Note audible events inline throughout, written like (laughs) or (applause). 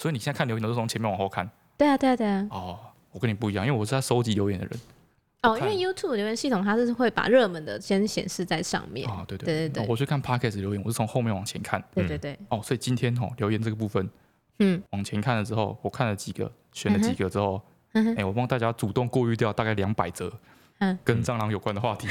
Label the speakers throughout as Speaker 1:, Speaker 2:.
Speaker 1: 所以你现在看留言都是从前面往后看
Speaker 2: 对啊，对啊，对啊。
Speaker 1: 哦。我跟你不一样，因为我是在收集留言的人
Speaker 2: 哦，
Speaker 1: 我
Speaker 2: 因
Speaker 1: 看
Speaker 2: 为 YouTube 留言系统它是会把热门的先显示在上面。
Speaker 1: 啊，对对
Speaker 2: 对对对
Speaker 1: 我去看 Podcast 留言，我是从后面往前看。
Speaker 2: 对对对，
Speaker 1: 哦，所以今天哦，留言这个部分
Speaker 2: 嗯
Speaker 1: 往前看了之后，我看了几个，选了几个之后，
Speaker 2: 嗯哼
Speaker 1: 哎、我帮大家主动过滤掉大概两百则
Speaker 2: 嗯
Speaker 1: 跟蟑螂有关
Speaker 2: (laughs)
Speaker 1: 的话题。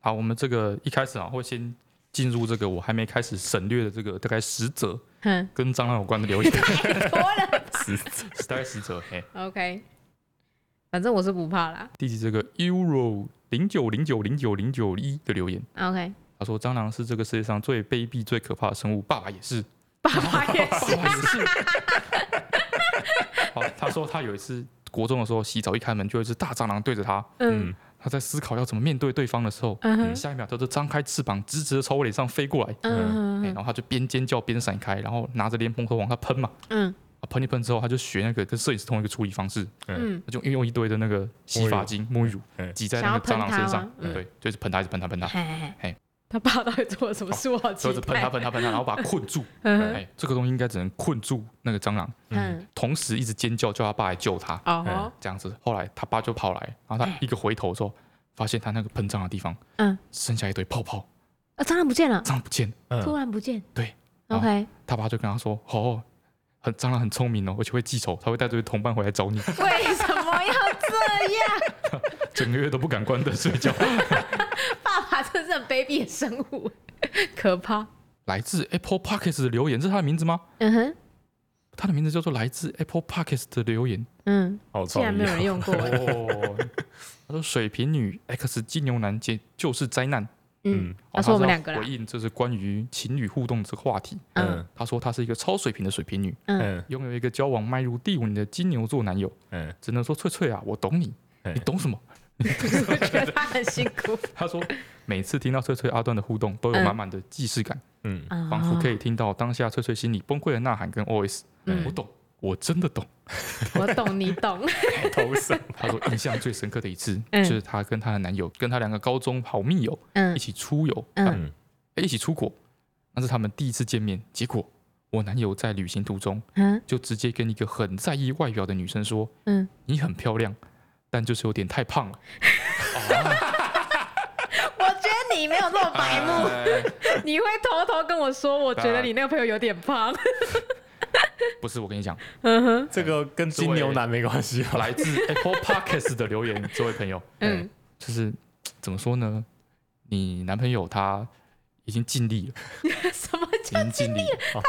Speaker 1: 好，我们这个一开始啊，会先进入这个我还没开始省略的这个大概十则
Speaker 2: 哼，
Speaker 1: 跟蟑螂有关的留言，
Speaker 2: 多了。
Speaker 1: 大概十则。哎、
Speaker 2: OK，反正我是不怕啦。
Speaker 1: 第几这个 Euro 零九零九零九零九一的留言，
Speaker 2: 啊 OK，
Speaker 1: 他说蟑螂是这个世界上最卑鄙、最可怕的生物，爸爸也是。
Speaker 2: (laughs) 爸爸也
Speaker 1: 爸爸也
Speaker 2: (laughs)
Speaker 1: 是。好，他说他有一次国中的时候洗澡，一开门就有一只大蟑螂对着他，
Speaker 2: 嗯
Speaker 1: 他在思考要怎么面对对方的时候，
Speaker 2: 嗯哼
Speaker 1: 下一秒他就张开翅膀，直直的朝我脸上飞过来，
Speaker 2: 嗯
Speaker 1: 哎
Speaker 2: 哼
Speaker 1: 然后他就边尖叫边闪开，然后拿着莲蓬头往他喷嘛，
Speaker 2: 嗯
Speaker 1: 啊喷一喷之后，他就学那个跟摄影师同一个处理方式，
Speaker 2: 嗯，
Speaker 1: 他就运用一堆的那个洗发精、沐浴乳
Speaker 3: 嗯
Speaker 1: 挤在那个蟑螂
Speaker 2: 哎
Speaker 1: 身
Speaker 2: 想要喷
Speaker 1: 上
Speaker 2: 它吗，嗯
Speaker 1: 对，就是喷它，一直喷它，
Speaker 2: (laughs)
Speaker 1: 喷它，
Speaker 2: 嘿嘿嘿
Speaker 1: 嘿，
Speaker 2: 他爸到底做了什么事？我好奇
Speaker 1: 就一直喷它，
Speaker 2: 怪。
Speaker 1: 喷它，喷它，然后把它困住，
Speaker 2: 嗯
Speaker 1: 哎，这个东西应该只能困住那个蟑螂，
Speaker 2: 嗯，
Speaker 1: 同时一直尖叫叫他爸来救他，
Speaker 2: 哦吼，
Speaker 1: 这样子。后来他爸就跑来，然后他一个回头之后，发现他那个膨胀的地方，
Speaker 2: 哎嗯，
Speaker 1: 剩下一堆泡泡，
Speaker 2: 啊，蟑螂不见了，
Speaker 1: 蟑螂不见了。
Speaker 3: 嗯
Speaker 2: 突然不见。
Speaker 1: 对好
Speaker 2: ，OK，
Speaker 1: 他爸就跟他说：“哦，很蟑螂很聪明哦，而且会记仇，他会带着同伴回来
Speaker 2: (laughs)
Speaker 1: 找你，
Speaker 2: 为什么要这样？
Speaker 1: 整个月都不敢关灯睡觉。
Speaker 2: 爸爸真是很卑鄙的生物，可怕。”
Speaker 1: 来自 Apple Podcast 的留言，这是他的名字吗？
Speaker 2: 嗯哼，
Speaker 1: 他的名字叫做来自 Apple Podcast 的留言。
Speaker 2: 嗯，
Speaker 3: 好
Speaker 2: 竟
Speaker 3: 创
Speaker 2: 然
Speaker 3: 意
Speaker 2: 没有人
Speaker 3: 哦，
Speaker 2: (laughs) 用过。
Speaker 1: 哦， (laughs) 他说：“水瓶女 X 金牛男姐就是灾难。
Speaker 2: 嗯，他
Speaker 1: 哦”
Speaker 2: 说我们
Speaker 1: 是要
Speaker 2: 两个啦
Speaker 1: 回。应这是关于情侣互动这个话题。
Speaker 2: 嗯
Speaker 3: 嗯
Speaker 1: 他说她是一个超水平的水瓶女，
Speaker 2: 嗯
Speaker 3: 嗯
Speaker 1: 拥有一个交往迈入第五年的金牛座男友，
Speaker 3: 嗯
Speaker 1: 只能说翠翠啊，我懂你，
Speaker 3: 哎
Speaker 1: 你懂什么？ (laughs)
Speaker 2: (laughs) 我觉得他很辛苦。
Speaker 1: 他说每次听到翠翠阿段的互动，都有
Speaker 2: 嗯
Speaker 1: 满满的既视感，
Speaker 3: 嗯，
Speaker 2: 啊
Speaker 1: 仿佛可
Speaker 2: 以，
Speaker 1: 以听到当下翠翠心里崩溃的呐喊跟 OS。
Speaker 2: 嗯
Speaker 1: 我懂，我真的懂。
Speaker 2: 我懂你 (laughs) 懂。
Speaker 3: (laughs) 投什么？
Speaker 1: 他说印象最深刻的一次，
Speaker 2: (laughs) 嗯
Speaker 1: 就是她跟她的男友，跟她两个高中好密友
Speaker 2: 嗯
Speaker 1: 一起出游，
Speaker 2: 嗯
Speaker 1: 啊哎一起出国，那是他们第一次见面。结果我男友在旅行途中
Speaker 2: 嗯
Speaker 1: 就直接跟一个很在意外表的女生说：“
Speaker 2: 嗯，
Speaker 1: 你很漂亮，但就是有点太胖了。
Speaker 2: 我觉得你没有那么白 (laughs) 目，你会偷偷跟我说，我觉得你那个朋友有点 (laughs) 胖。
Speaker 1: (laughs) 不是，我跟你讲，
Speaker 2: 嗯哼，
Speaker 3: (laughs) 这个跟金牛男没关系吧？
Speaker 1: 来自 Apple Podcast 的留言，这位朋友，
Speaker 2: 嗯，
Speaker 1: 就是怎么说呢？你男朋友他已经尽力了，
Speaker 2: (laughs) 什么
Speaker 1: 已经尽力了。哦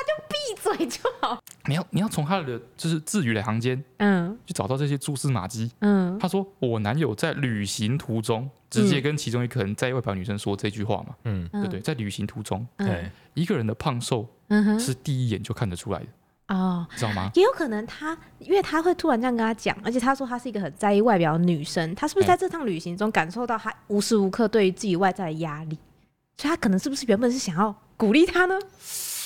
Speaker 2: 闭嘴就好？
Speaker 1: 你要你要从他的就是字语的行间
Speaker 2: 嗯
Speaker 1: 去找到这些蛛丝马迹。
Speaker 2: 嗯
Speaker 1: 他说，我男友在旅行途中直接跟其中一个很在意外表的女生说这句话嘛，
Speaker 3: 嗯，哎
Speaker 1: 对不对？在旅行途中，
Speaker 3: (laughs) 对，
Speaker 1: 一个人的胖瘦
Speaker 2: 嗯哼，
Speaker 1: 是第一眼就看得出来的，
Speaker 2: 哦。
Speaker 1: 知道吗？
Speaker 2: 也有可能他，因为他会突然这样跟他讲，而且他说他是一个很在意外表的女生，他是不是在
Speaker 1: 嗯
Speaker 2: 这趟旅行中感受到他无时无刻对于自己外在的压力？所以他可能是不是原本是想要鼓励他呢？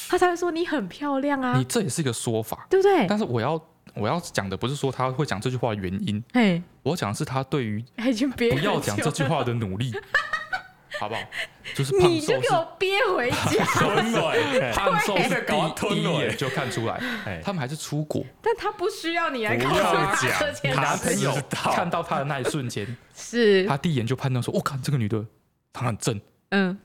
Speaker 2: 他才会说你很漂亮啊
Speaker 1: 你，这也是一个说法，
Speaker 2: 对不对？
Speaker 1: 但是我要我要讲的不是说他会讲这句话的原因，
Speaker 2: 嘿，
Speaker 1: 我讲的是他对于
Speaker 2: 还去别
Speaker 1: 不
Speaker 2: 人
Speaker 1: 要讲
Speaker 2: 就
Speaker 1: 这句话的努
Speaker 2: (laughs)
Speaker 1: 力，好不好？就是胖
Speaker 2: 你
Speaker 1: 瘦
Speaker 2: 就是给我憋回
Speaker 1: (laughs)
Speaker 2: 家。
Speaker 3: 吞了欸，
Speaker 1: 胖瘦
Speaker 3: 对
Speaker 1: 是
Speaker 3: 这搞到
Speaker 1: 第
Speaker 3: 吞
Speaker 1: 一
Speaker 3: 了
Speaker 1: 眼就看出来
Speaker 3: 哎，
Speaker 1: 他们还是出国，
Speaker 2: 但他不需要你来
Speaker 3: 不
Speaker 2: 告诉
Speaker 3: 要
Speaker 2: 他
Speaker 3: 讲
Speaker 2: 这件
Speaker 3: 他
Speaker 1: 男
Speaker 2: 事，
Speaker 1: 朋友
Speaker 3: 知道
Speaker 1: 看到他的那一
Speaker 2: (laughs)
Speaker 1: 瞬间，
Speaker 2: 是
Speaker 1: 他第一眼就判断说，我哦看这个女的她很正，
Speaker 2: 嗯，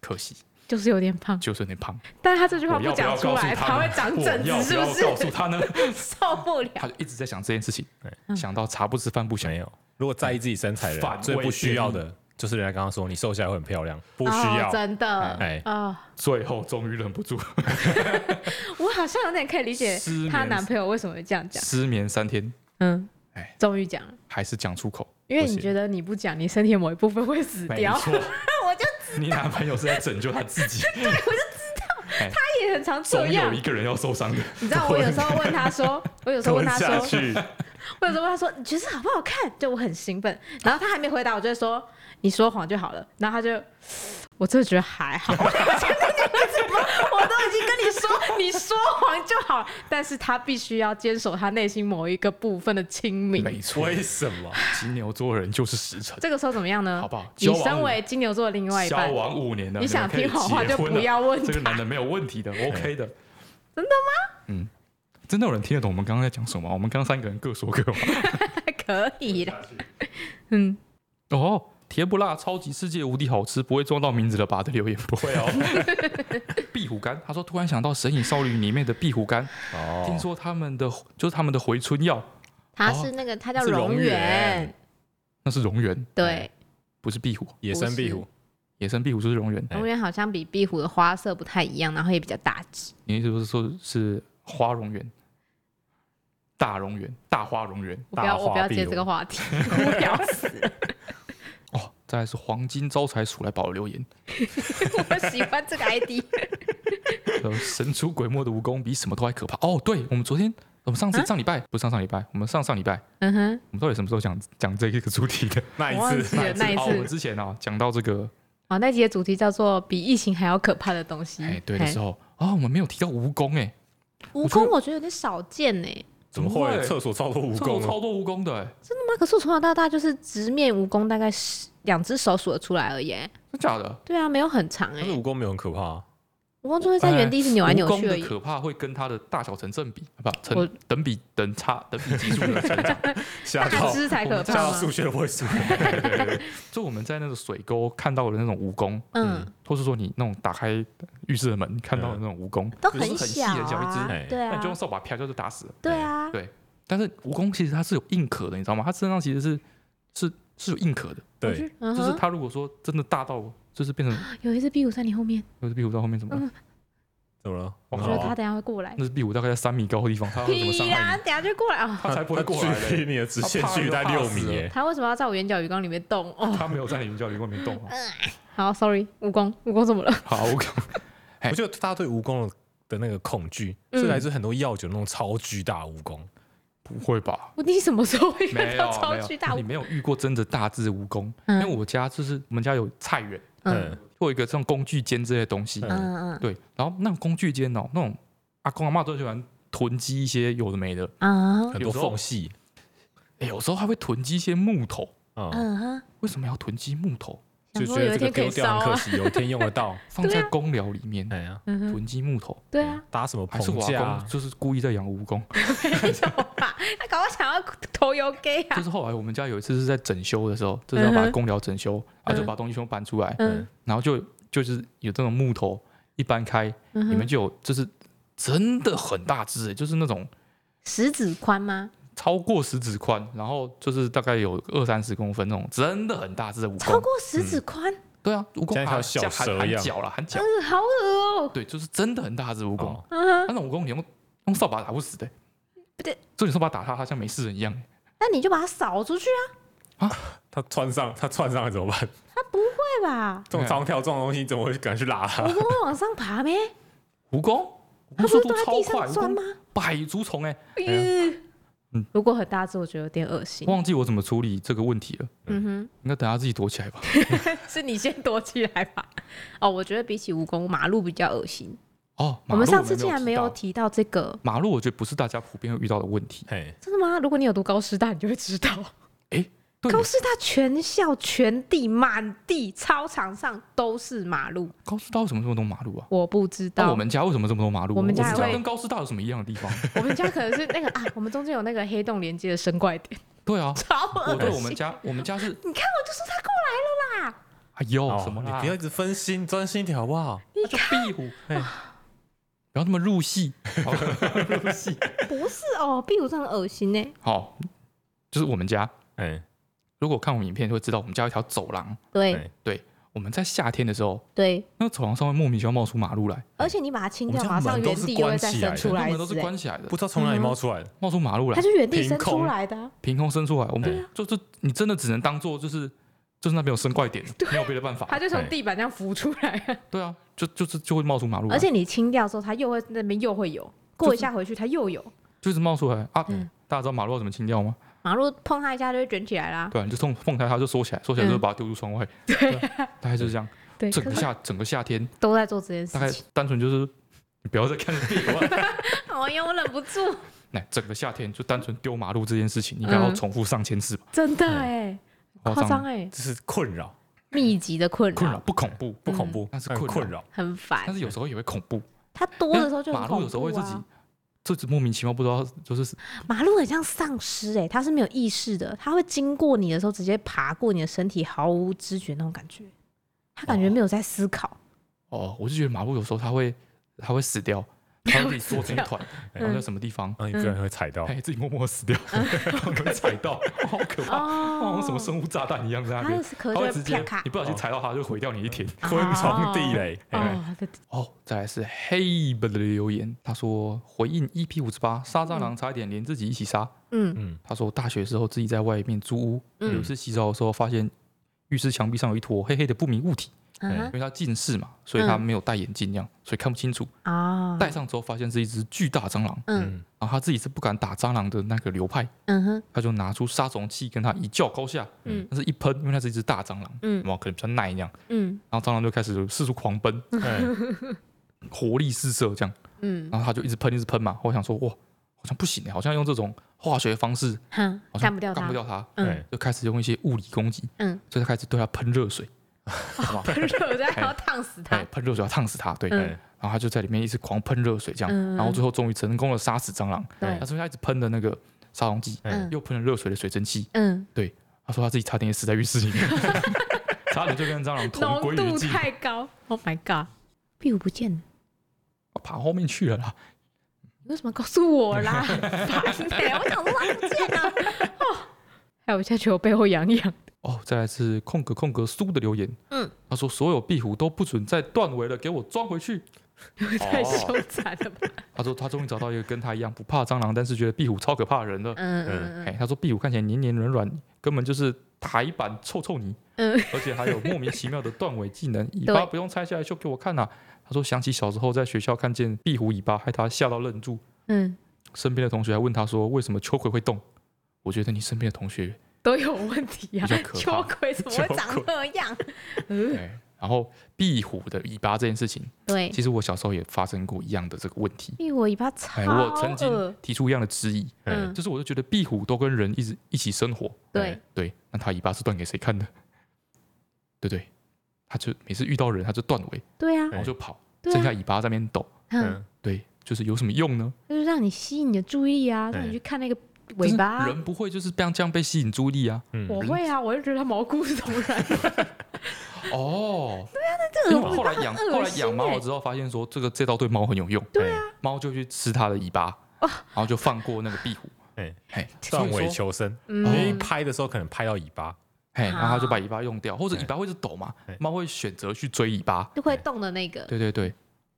Speaker 1: 可惜
Speaker 2: 就是有点胖。
Speaker 1: 就是有点胖，
Speaker 2: 但他这句话
Speaker 1: 我要不
Speaker 2: 讲
Speaker 1: 要
Speaker 2: 出
Speaker 1: 告诉
Speaker 2: 来，
Speaker 1: 他
Speaker 2: 他
Speaker 1: 呢
Speaker 2: 会长
Speaker 1: 我
Speaker 2: 疹
Speaker 1: 要
Speaker 2: 子，
Speaker 1: 不
Speaker 2: 是
Speaker 1: 要
Speaker 2: 不
Speaker 1: 告诉
Speaker 2: 是？
Speaker 1: 他
Speaker 2: (laughs)
Speaker 1: 呢？
Speaker 2: 受不了。
Speaker 1: 他就一直在想这件事情，
Speaker 2: 嗯
Speaker 3: 对嗯
Speaker 1: 想到茶不思饭不想
Speaker 3: 没，有。如果在意自己身材的
Speaker 1: 反
Speaker 3: 人，最
Speaker 1: 胃
Speaker 3: 不需
Speaker 1: 变
Speaker 3: 要
Speaker 1: 异
Speaker 3: 的就是人家刚刚说你瘦下来会很漂亮，哦不
Speaker 2: 不
Speaker 3: 需
Speaker 2: 哦
Speaker 3: 要。
Speaker 2: 真的，
Speaker 3: 哎
Speaker 2: 啊，
Speaker 1: 最后终于忍不住
Speaker 2: 我好像有点可以理解
Speaker 1: 失眠
Speaker 2: 她男朋友为什么会这样讲。
Speaker 1: 失眠三天，
Speaker 2: 嗯
Speaker 1: 哎，
Speaker 2: 终于讲了，
Speaker 1: 还是讲出口，
Speaker 2: 因为
Speaker 1: 不
Speaker 2: 你
Speaker 1: 行
Speaker 2: 觉得你不讲，你身体的某一部分会死
Speaker 1: 没
Speaker 2: 掉。
Speaker 1: 错，
Speaker 2: (laughs) 我就
Speaker 1: 你男朋友是在拯救他自己，
Speaker 2: 他也很常 (laughs) 这
Speaker 1: 总有
Speaker 2: 样
Speaker 1: 一，个人要受伤的。
Speaker 2: 你知道
Speaker 1: (laughs)
Speaker 2: 我有时候问他说，我有时候问
Speaker 3: 吞
Speaker 2: 他
Speaker 3: 下
Speaker 2: 说，
Speaker 3: 去，
Speaker 2: (laughs) 或者说他说你觉得好不好看？就我很兴奋，然后他还没回答，我就会 (sniffs) 说你说谎就好了。然后他就，我真的觉得还好，我真的觉得怎么 (laughs) 我都已经跟你说，你说谎就好，但是他必须要坚守他内心某一个部分的清明。
Speaker 1: 没错，
Speaker 3: 为什么？
Speaker 1: 金牛座人就是实诚，
Speaker 2: 这个时候怎么样呢？
Speaker 1: 好不好
Speaker 2: 你
Speaker 1: 交往
Speaker 2: 身
Speaker 1: 五
Speaker 2: 为金牛座的另外一
Speaker 1: 交
Speaker 2: 半，
Speaker 1: 往五年了，
Speaker 2: 你想
Speaker 1: 们可以
Speaker 2: 听好话
Speaker 1: 结
Speaker 2: 就
Speaker 1: 婚
Speaker 2: 不
Speaker 1: 了
Speaker 2: 要问
Speaker 1: (laughs) 这个男
Speaker 2: 他
Speaker 1: 的没有问题
Speaker 2: (laughs)
Speaker 1: 的，OK 的。
Speaker 2: 真
Speaker 1: 的吗？嗯，真的有人听得懂我们刚刚在讲什么吗？我们刚刚三个人各说各
Speaker 2: (laughs)
Speaker 1: 话。
Speaker 2: 可以的。嗯，
Speaker 1: 哦，甜不辣，超级世界无敌好吃，不会撞到名字了吧？的留言
Speaker 2: (laughs)
Speaker 1: 不会哦。壁虎干，他说突然想到《神隐少女》里面的壁虎干，
Speaker 3: (laughs) 哦
Speaker 1: 听说他们的就是他们的回春药，
Speaker 2: 他是那个，他
Speaker 1: 哦
Speaker 2: 叫
Speaker 3: 是
Speaker 2: 荣
Speaker 3: 荣
Speaker 2: 源
Speaker 3: 源，
Speaker 1: 那是蝾螈，
Speaker 2: 对，
Speaker 1: 不是壁虎。
Speaker 3: 野生壁虎，
Speaker 1: 野生壁虎就是蝾螈，
Speaker 3: 哎
Speaker 2: 荣源好像比壁虎的花色不太一样，然后也比较大只。
Speaker 1: 你意思就是说是花蝾螈、大蝾螈、大花蝾螈
Speaker 2: 我不要，
Speaker 3: 大花
Speaker 2: 我不要
Speaker 3: 壁
Speaker 2: 接
Speaker 3: 虎
Speaker 2: 这个话题，无聊死 (laughs) 了。
Speaker 1: 哦，再来是黄金招财鼠来保留言，
Speaker 2: 我喜欢这个
Speaker 1: (laughs)
Speaker 2: ID，
Speaker 1: 呃，神出鬼没的蜈蚣比什么都还可怕。哦，对，我们昨天，我们上次
Speaker 2: 啊
Speaker 1: 上礼拜、不是上上礼拜，我们上上礼拜，
Speaker 2: 嗯哼，
Speaker 1: 我们到底什么时候讲讲这个主题的？
Speaker 3: 那
Speaker 2: 我忘
Speaker 3: 一
Speaker 2: 记
Speaker 3: 次
Speaker 2: 了那一
Speaker 1: 哦，我们
Speaker 2: 次，
Speaker 1: 之前啊讲到这个，
Speaker 2: 哦，那集的主题叫做“比疫情还要可怕的东西”。
Speaker 1: 哎，对的时候，哦，我们没有提到蜈蚣，哎，
Speaker 2: 蜈蚣我觉得有点少见呢、
Speaker 3: 怎么会厕所超多蜈
Speaker 1: 厕所
Speaker 3: 蚣
Speaker 2: 哦
Speaker 1: 超
Speaker 3: 呢？
Speaker 1: 多蜈蚣的，哎，
Speaker 2: 真的吗？可是我从小到大就是直面蜈蚣，大概十两只手数得出来而已欸、
Speaker 1: 真假的？
Speaker 2: 对啊，没有很长哎、
Speaker 3: 但是蜈蚣没有很可怕啊，
Speaker 2: 蜈蚣就会在原地一直扭来扭
Speaker 1: 哎蜈蚣
Speaker 2: 去而
Speaker 1: 的
Speaker 2: 已。
Speaker 1: 可怕会跟它的大小成正比，不
Speaker 2: 我
Speaker 1: 成等比等差等比级数的成
Speaker 2: (laughs)
Speaker 1: 长。
Speaker 3: 吓
Speaker 2: 大
Speaker 3: 到
Speaker 2: 只才可
Speaker 3: 吓
Speaker 2: 怕
Speaker 3: 到
Speaker 2: 吗
Speaker 3: 数？学都不会 (laughs) 数。
Speaker 1: 对对对，就我们在那个水沟看到的那种蜈蚣，
Speaker 2: 嗯，
Speaker 1: 或是说你那种打开浴室的门看到的那种蜈蚣，
Speaker 2: 都
Speaker 1: 就是很
Speaker 2: 小
Speaker 1: 细很小一只
Speaker 2: 啊，
Speaker 3: 哎
Speaker 2: 对
Speaker 1: 那你就用
Speaker 2: 啊，
Speaker 1: 扫把啪就就打死了。
Speaker 2: 对啊
Speaker 1: 对，但是蜈蚣其实它是有硬壳的，你知道吗？它身上其实是是是有硬壳的，
Speaker 2: 我
Speaker 3: 对，
Speaker 2: 去，嗯
Speaker 1: 就是
Speaker 2: 哼，
Speaker 1: 它如果说真的大到就是变成
Speaker 2: 有一只壁虎在你后面，
Speaker 1: 那只壁虎到后面怎么
Speaker 2: 嗯
Speaker 1: 办？
Speaker 3: 怎么了？哦
Speaker 1: 我
Speaker 2: 我
Speaker 1: 嗯
Speaker 2: 觉
Speaker 1: 好
Speaker 2: 得
Speaker 1: 啊
Speaker 2: 它等一下会过来。
Speaker 1: 那只壁虎大概在三米高的地方，它会怎么
Speaker 2: (laughs)
Speaker 1: 伤
Speaker 2: 屁啦，
Speaker 1: 害你？哎
Speaker 2: 等一下就过来啊！
Speaker 1: 它才不会过来
Speaker 2: (laughs)
Speaker 3: 距
Speaker 1: 嘞！
Speaker 3: 离你的直线距离在六米耶，
Speaker 2: 它为什么要在我眼角鱼缸里面动？哦，
Speaker 1: 它没有在你云教里面动
Speaker 2: 嗯
Speaker 1: 啊。
Speaker 2: 好，sorry，蜈蚣，蜈蚣怎么了？ (laughs)
Speaker 1: 好，我怕
Speaker 3: 我觉得大家对蜈蚣的那个恐惧
Speaker 2: 嗯
Speaker 3: 是来自很多药酒那种超巨大的蜈蚣，
Speaker 1: 不会吧？
Speaker 2: 我你什么时候 (laughs) 会
Speaker 1: 没
Speaker 2: 看
Speaker 1: 有
Speaker 2: 到超
Speaker 1: 没有
Speaker 2: 巨大
Speaker 1: 你
Speaker 2: 蜈蚣？
Speaker 1: 没有遇过真的大只的蜈蚣，因
Speaker 2: 嗯
Speaker 1: 为我家就是我们家有菜园，
Speaker 2: 嗯
Speaker 3: 嗯，
Speaker 1: 会有一个这种工具间之类的东西，
Speaker 3: 嗯
Speaker 2: 嗯嗯
Speaker 1: 对，然后那种工具间哦，那种阿公阿妈都喜欢囤积一些有的没的，哦
Speaker 2: 啊
Speaker 3: 嗯很多缝隙，
Speaker 1: 哎，有时候还会囤积一些木头。
Speaker 3: 嗯，
Speaker 2: 嗯哼，
Speaker 1: 为什么要囤积木头？
Speaker 3: 就
Speaker 2: 想说
Speaker 3: 觉
Speaker 2: 有
Speaker 3: 得
Speaker 2: 一
Speaker 3: 这个
Speaker 2: 天可以
Speaker 3: 丢掉
Speaker 2: 烧
Speaker 3: 很可
Speaker 2: 啊，
Speaker 3: 惜，
Speaker 2: (laughs)
Speaker 3: 有一天用得到。
Speaker 1: 放在公寮里面
Speaker 3: 哎呀，
Speaker 2: 嗯哼，
Speaker 1: 囤积木头，
Speaker 2: 对啊，
Speaker 3: 搭什么
Speaker 1: 还是
Speaker 3: 棚
Speaker 1: 我
Speaker 3: 架
Speaker 1: 阿公
Speaker 3: 啊？
Speaker 1: 就是故意在养
Speaker 2: (laughs)
Speaker 1: 蜈蚣？
Speaker 2: 没有吧？他搞我想要头油 gay
Speaker 1: 嗯就
Speaker 2: 啊！
Speaker 1: 是后来我们家有一次是在整修的时候，就是要
Speaker 2: 嗯
Speaker 1: 把
Speaker 2: 哼
Speaker 1: 公寮整修，啊，就
Speaker 2: 嗯
Speaker 1: 把东西全部搬出来，
Speaker 3: 哎
Speaker 2: 嗯
Speaker 1: 然后就就是有这种木头，一搬开
Speaker 2: 嗯
Speaker 1: 里面
Speaker 2: 哼，
Speaker 1: 就有，就是真的很大只欸，就是那种
Speaker 2: 食指宽吗？
Speaker 1: 超过食指宽，然后就是大概有二三十公分那种，真的很大只的蜈
Speaker 2: 超
Speaker 1: 蚣。
Speaker 2: 过食指宽，
Speaker 1: 对啊，蜈蚣
Speaker 3: 像一条
Speaker 1: 啊
Speaker 3: 小
Speaker 1: 像含
Speaker 3: 蛇一
Speaker 1: 含
Speaker 3: 样
Speaker 1: 脚啦，含脚。
Speaker 2: 嗯，好恶哦。
Speaker 1: 对，就是真的很大只蜈蚣。
Speaker 3: 哦
Speaker 2: 嗯哼，
Speaker 1: 那种蜈蚣你用用扫把打不死的欸、
Speaker 2: 不对，
Speaker 1: 就你扫把打它，它像没事人一样欸、
Speaker 2: 那你就把它扫出去啊，
Speaker 3: 他穿上，他穿上了怎么
Speaker 1: 嗯
Speaker 3: 办？
Speaker 2: 对吧？
Speaker 3: 这种长条状的东西，你怎么会敢去
Speaker 2: (laughs)
Speaker 3: 拉它？
Speaker 1: 嗯
Speaker 2: 蜈蚣会往上爬没？(laughs)
Speaker 1: 蜈蚣，
Speaker 2: 它
Speaker 1: 蜈蚣
Speaker 2: 不是
Speaker 1: 速
Speaker 2: 都
Speaker 1: 度
Speaker 2: 在
Speaker 1: 超
Speaker 2: 地
Speaker 1: 快，
Speaker 2: 上钻
Speaker 1: 蜈蚣
Speaker 2: 吗？
Speaker 1: 百足虫哎、
Speaker 2: 嗯
Speaker 1: 嗯，
Speaker 2: 如果很大只，我觉得有点恶心。
Speaker 1: 忘记我怎么处理这个问题了，
Speaker 2: 嗯
Speaker 1: 应该等它自己躲起来吧。
Speaker 2: 哼，是你先躲起来吧。 (laughs) 哦，我觉得比起蜈蚣，马路比较恶心。
Speaker 1: 哦，
Speaker 2: 我
Speaker 1: 马路
Speaker 2: 们上次竟然
Speaker 1: 提
Speaker 2: 没有
Speaker 1: 到
Speaker 2: 提到这个，
Speaker 1: 马路，我觉得不是大家普遍会遇到的问题。
Speaker 3: 嘿，
Speaker 2: 真的吗？如果你有读高师大，你就会知道，
Speaker 1: 对，
Speaker 2: 高师大全校全地满地操场上都是马路。
Speaker 1: 高师大为什么这么多马路啊？
Speaker 2: 我不知
Speaker 1: 那
Speaker 2: 道，
Speaker 1: 我们家为什么这么多马路？
Speaker 2: 我们家
Speaker 1: 不知道
Speaker 2: 会
Speaker 1: 跟高师大有什么一样的地方？
Speaker 2: (laughs) 我们家可能是那个啊，我们中间有那个黑洞连接的生怪点，
Speaker 1: 对
Speaker 3: (laughs)
Speaker 1: 啊，
Speaker 2: 超恶
Speaker 1: 我对
Speaker 2: 心。
Speaker 1: 我们家，我们家是，
Speaker 2: 你看，我就说他过来，
Speaker 1: 哎呦，
Speaker 3: 哦
Speaker 1: 什么
Speaker 3: 你
Speaker 1: 啦？
Speaker 3: 不要一直分心，专心一点好
Speaker 1: (laughs)
Speaker 3: 不好？
Speaker 1: 那就壁
Speaker 3: (laughs)
Speaker 1: 虎，哎，不要那么入戏，好 (laughs) 入戏。
Speaker 2: 不是哦，壁虎真的很恶心欸呢。
Speaker 1: 好，就是我们家，
Speaker 3: 哎，
Speaker 1: 如果看我们影片就会知道，我们家有一条走廊，
Speaker 2: 对
Speaker 3: 对
Speaker 1: 我们在夏天的时候，
Speaker 2: 对，
Speaker 1: 那个走廊上面莫名其妙冒出马路来，
Speaker 2: 而且你把它清掉，
Speaker 3: 我们
Speaker 2: 马
Speaker 3: 家
Speaker 2: 上
Speaker 3: 门都
Speaker 2: 原
Speaker 3: 是
Speaker 2: 地又会再
Speaker 3: 关起
Speaker 2: 生
Speaker 3: 来的
Speaker 2: 出
Speaker 1: 门
Speaker 2: 来
Speaker 1: 都是
Speaker 2: 之类，
Speaker 1: 关起来的
Speaker 3: 不，知道从哪里冒出来的，
Speaker 1: 冒出马路
Speaker 2: 它
Speaker 1: 来，
Speaker 2: 就啊原地生
Speaker 3: 凭空
Speaker 2: 出来的啊。
Speaker 1: 凭空生出来，我们就就你真的只能当做就是就是那边有生怪点，没有别的办法
Speaker 2: 它。就从
Speaker 3: 哎
Speaker 2: 地板这样浮出来啊，
Speaker 1: 对啊，就就是就会冒出马路来，
Speaker 2: (laughs) 而且你清掉之后，它又会那边又会有，过一
Speaker 1: 是
Speaker 2: 下回去它又有，
Speaker 1: 就是冒出来啊
Speaker 2: 嗯。
Speaker 1: 大家知道马路要怎么清掉吗？啊
Speaker 2: 马路碰它一下就会卷起来啦。
Speaker 1: 对啊，你就从缝开它就缩起来，缩起来之后
Speaker 2: 嗯 (laughs)
Speaker 1: 把它丢出窗外。对啊，大概就是这样。
Speaker 2: 对，
Speaker 1: 整
Speaker 2: 可
Speaker 1: 个
Speaker 2: 是
Speaker 1: 夏整个夏天，
Speaker 2: 都在做这件事
Speaker 1: 大概
Speaker 2: 情。 (laughs)
Speaker 1: 单纯就是你不要再看屁股了。
Speaker 2: 哎呀，我忍不住，
Speaker 1: 那整个夏天就单纯丢马路这件事情，你不要
Speaker 2: 嗯
Speaker 1: 重复上千次吧，
Speaker 2: (laughs) 真的哎，
Speaker 1: 夸
Speaker 2: 夸张
Speaker 1: 张啊
Speaker 2: 哎，
Speaker 3: 这是困扰，
Speaker 2: 密集的困
Speaker 1: 困扰
Speaker 2: 扰
Speaker 1: 不恐怖，
Speaker 2: 嗯
Speaker 3: 不恐怖，
Speaker 1: 但是
Speaker 3: 很
Speaker 1: 困
Speaker 3: 困扰。
Speaker 2: 很
Speaker 1: 但
Speaker 2: 烦。
Speaker 1: 是有时候也会恐怖。
Speaker 2: 它多的时候就很
Speaker 1: 马路有时候会自
Speaker 2: 恐怖
Speaker 1: 己
Speaker 2: 啊，
Speaker 1: 就是莫名其妙不知道，就是
Speaker 2: 马路很像丧尸哎，它是没有意识的，它会经过你的时候直接爬过你的身体，毫无知觉那种感觉。它感觉没有在思考，
Speaker 1: 哦，我就觉得马路有时候它会它会
Speaker 2: (laughs)
Speaker 1: 死掉，它会自己缩成一团，哎然后在什么地方，
Speaker 2: 嗯
Speaker 3: 然后嗯你不然会踩到，
Speaker 1: 哎，自己默默地死掉， (laughs) 然后被踩
Speaker 2: (laughs)
Speaker 1: 到，哦好可怕，
Speaker 2: 哦
Speaker 1: (laughs) 好像什么生物炸弹一样在那
Speaker 2: 它
Speaker 1: 边
Speaker 2: 的。壳哦就
Speaker 1: 它会
Speaker 2: 会
Speaker 1: 直
Speaker 2: 啪
Speaker 1: 接
Speaker 2: 咔，
Speaker 1: 你不小心踩到它，就毁掉你一天。
Speaker 3: 昆虫地雷。哎
Speaker 2: 哦，对
Speaker 1: 哦，再来是黑本的留言，他说回应 EP 五十八，杀蟑螂差一点连自己一起杀。
Speaker 2: 嗯
Speaker 3: 嗯，
Speaker 1: 他说大学时候自己在外面租屋，
Speaker 2: 嗯
Speaker 1: 有一次洗澡的时候发现浴室墙壁上有一坨黑黑的不明物体，
Speaker 2: 啊
Speaker 1: 因为他近视嘛，所以
Speaker 2: 嗯
Speaker 1: 他没有戴眼镜，这样、所以看不清楚。
Speaker 2: 哈啊，
Speaker 1: 戴上之后发现是一只巨大蟑螂，
Speaker 2: 嗯
Speaker 1: 然后他自己是不敢打蟑螂的那个流派，
Speaker 2: 嗯哼
Speaker 1: 他就拿出杀虫剂跟它一较高下，
Speaker 2: 嗯
Speaker 1: 但是一喷，因为它是一只大蟑螂，
Speaker 2: 嗯
Speaker 1: 有没有可能比较耐这样，
Speaker 2: 嗯
Speaker 1: 然后蟑螂就开始四处狂奔，
Speaker 3: 哎
Speaker 1: 活力四射这样。
Speaker 2: 嗯，
Speaker 1: 然后他就一直喷，一直喷嘛。我想说，哇，好像不行欸好像用这种化学方式
Speaker 2: 哼
Speaker 1: 好像
Speaker 2: 干不掉
Speaker 1: 干
Speaker 2: 它
Speaker 1: 不，掉它，
Speaker 2: 嗯 (laughs)
Speaker 3: 哎，
Speaker 1: 就开始用一些物理攻击，
Speaker 2: 嗯，
Speaker 1: 所以他开始对它喷热水，
Speaker 2: 喷热在还要烫死
Speaker 1: 哎
Speaker 2: 它，，
Speaker 1: 喷热水要烫死它，对。
Speaker 3: 哎
Speaker 2: 嗯
Speaker 1: 然后他就在里面一直狂喷热水这
Speaker 2: 嗯
Speaker 1: 样，然后最后终于成功的杀死蟑螂。
Speaker 2: 对
Speaker 1: 但是他一直喷的那个杀虫剂，
Speaker 2: 嗯
Speaker 1: 又喷了热水的水蒸气，
Speaker 2: 嗯，
Speaker 1: 他说他自己差点也死在浴室
Speaker 2: (laughs)
Speaker 1: 里面，差点就跟蟑螂同
Speaker 2: 浓
Speaker 1: 归于
Speaker 2: 度
Speaker 1: 尽，
Speaker 2: 太高，Oh my god，壁虎不见了，
Speaker 1: 爬后面去了啦。
Speaker 2: 你为什么告诉我
Speaker 1: (laughs)
Speaker 2: 啦？很烦欸我想说它不见了，哦，害我现在觉得我背后痒痒，
Speaker 1: 哦，再来是空格空格苏的留言，
Speaker 2: 嗯，
Speaker 1: 他说所有壁虎都不准再断尾了，给我装回去。
Speaker 2: (laughs) 太
Speaker 1: 哦
Speaker 2: 羞惭了
Speaker 1: (laughs)
Speaker 2: 吧？
Speaker 1: 他说他终于找到一个跟他一样不怕蟑螂，但是觉得壁虎超可怕的人了。
Speaker 2: 嗯
Speaker 1: 哎、
Speaker 2: 嗯嗯
Speaker 1: 他说壁虎看起来黏黏软软，根本就是台版臭臭泥，
Speaker 2: 嗯，
Speaker 1: 而且还有莫名其妙的断尾技能，尾巴不用拆下来秀给我看呐、啊他说想起小时候在学校看见壁虎尾巴，害他吓到愣住。
Speaker 2: 嗯，
Speaker 1: 身边的同学还问他说为什么秋葵会动？我觉得你身边的同学，
Speaker 2: 都有问题啊
Speaker 1: 比较，可
Speaker 2: 秋
Speaker 1: 怕
Speaker 2: 葵怎么会长
Speaker 3: 秋葵
Speaker 2: 那
Speaker 1: (laughs)
Speaker 2: 样？嗯
Speaker 1: 哎、然后壁虎的尾巴这件事情，
Speaker 2: 对，
Speaker 1: 其实我小时候也发生过一样的这个问题。
Speaker 2: 壁虎尾巴超
Speaker 1: 哎，我曾
Speaker 2: 恶
Speaker 1: 经提出一样的质疑，
Speaker 2: 嗯
Speaker 1: 就是我就觉得壁虎都跟人一直一起生活，
Speaker 2: 对，
Speaker 3: 哎
Speaker 1: 对，那它尾巴是断给谁看的？对不对？它就每次遇到人，它就断尾，
Speaker 2: 对啊，
Speaker 3: 哎
Speaker 1: 然后就跑，
Speaker 2: 对
Speaker 1: 哎剩下
Speaker 2: 啊，
Speaker 1: 尾巴在那边抖。
Speaker 2: 嗯，
Speaker 1: 对，就是有什么用呢？
Speaker 2: 就是让你吸引你的注意啊，让你
Speaker 3: 哎
Speaker 2: 去看那个尾巴
Speaker 1: 就是
Speaker 2: 啊。
Speaker 1: 人不会就是这样这样被吸引注意力啊。
Speaker 3: 嗯
Speaker 2: 我会啊，我就觉得它毛骨悚
Speaker 1: (laughs)
Speaker 2: 然。
Speaker 1: 哦，
Speaker 2: 这
Speaker 1: 因为
Speaker 2: 个
Speaker 1: 我后
Speaker 2: 尾巴
Speaker 1: 来
Speaker 2: 很
Speaker 1: 养
Speaker 2: 恶
Speaker 1: 后来
Speaker 2: 心
Speaker 1: 养猫
Speaker 2: 欸
Speaker 1: 了之后，发现说这个这招对猫很有用，
Speaker 3: 对啊，
Speaker 1: 猫就去吃它的尾巴，
Speaker 2: 哦
Speaker 1: 然后就放过那个壁虎。
Speaker 3: 哎，
Speaker 1: 嘿，
Speaker 3: 断
Speaker 1: 所以
Speaker 3: 尾
Speaker 1: 说
Speaker 3: 求生，
Speaker 2: 嗯
Speaker 3: 因
Speaker 1: 哎
Speaker 3: 为拍的时候可能拍到尾
Speaker 2: (laughs)
Speaker 3: 巴，
Speaker 1: 嘿，然后它就把尾巴用掉，或者尾巴会是抖嘛
Speaker 3: 哎，
Speaker 1: 猫会选择去追尾巴。
Speaker 2: 就会动的那个，
Speaker 1: 对对对，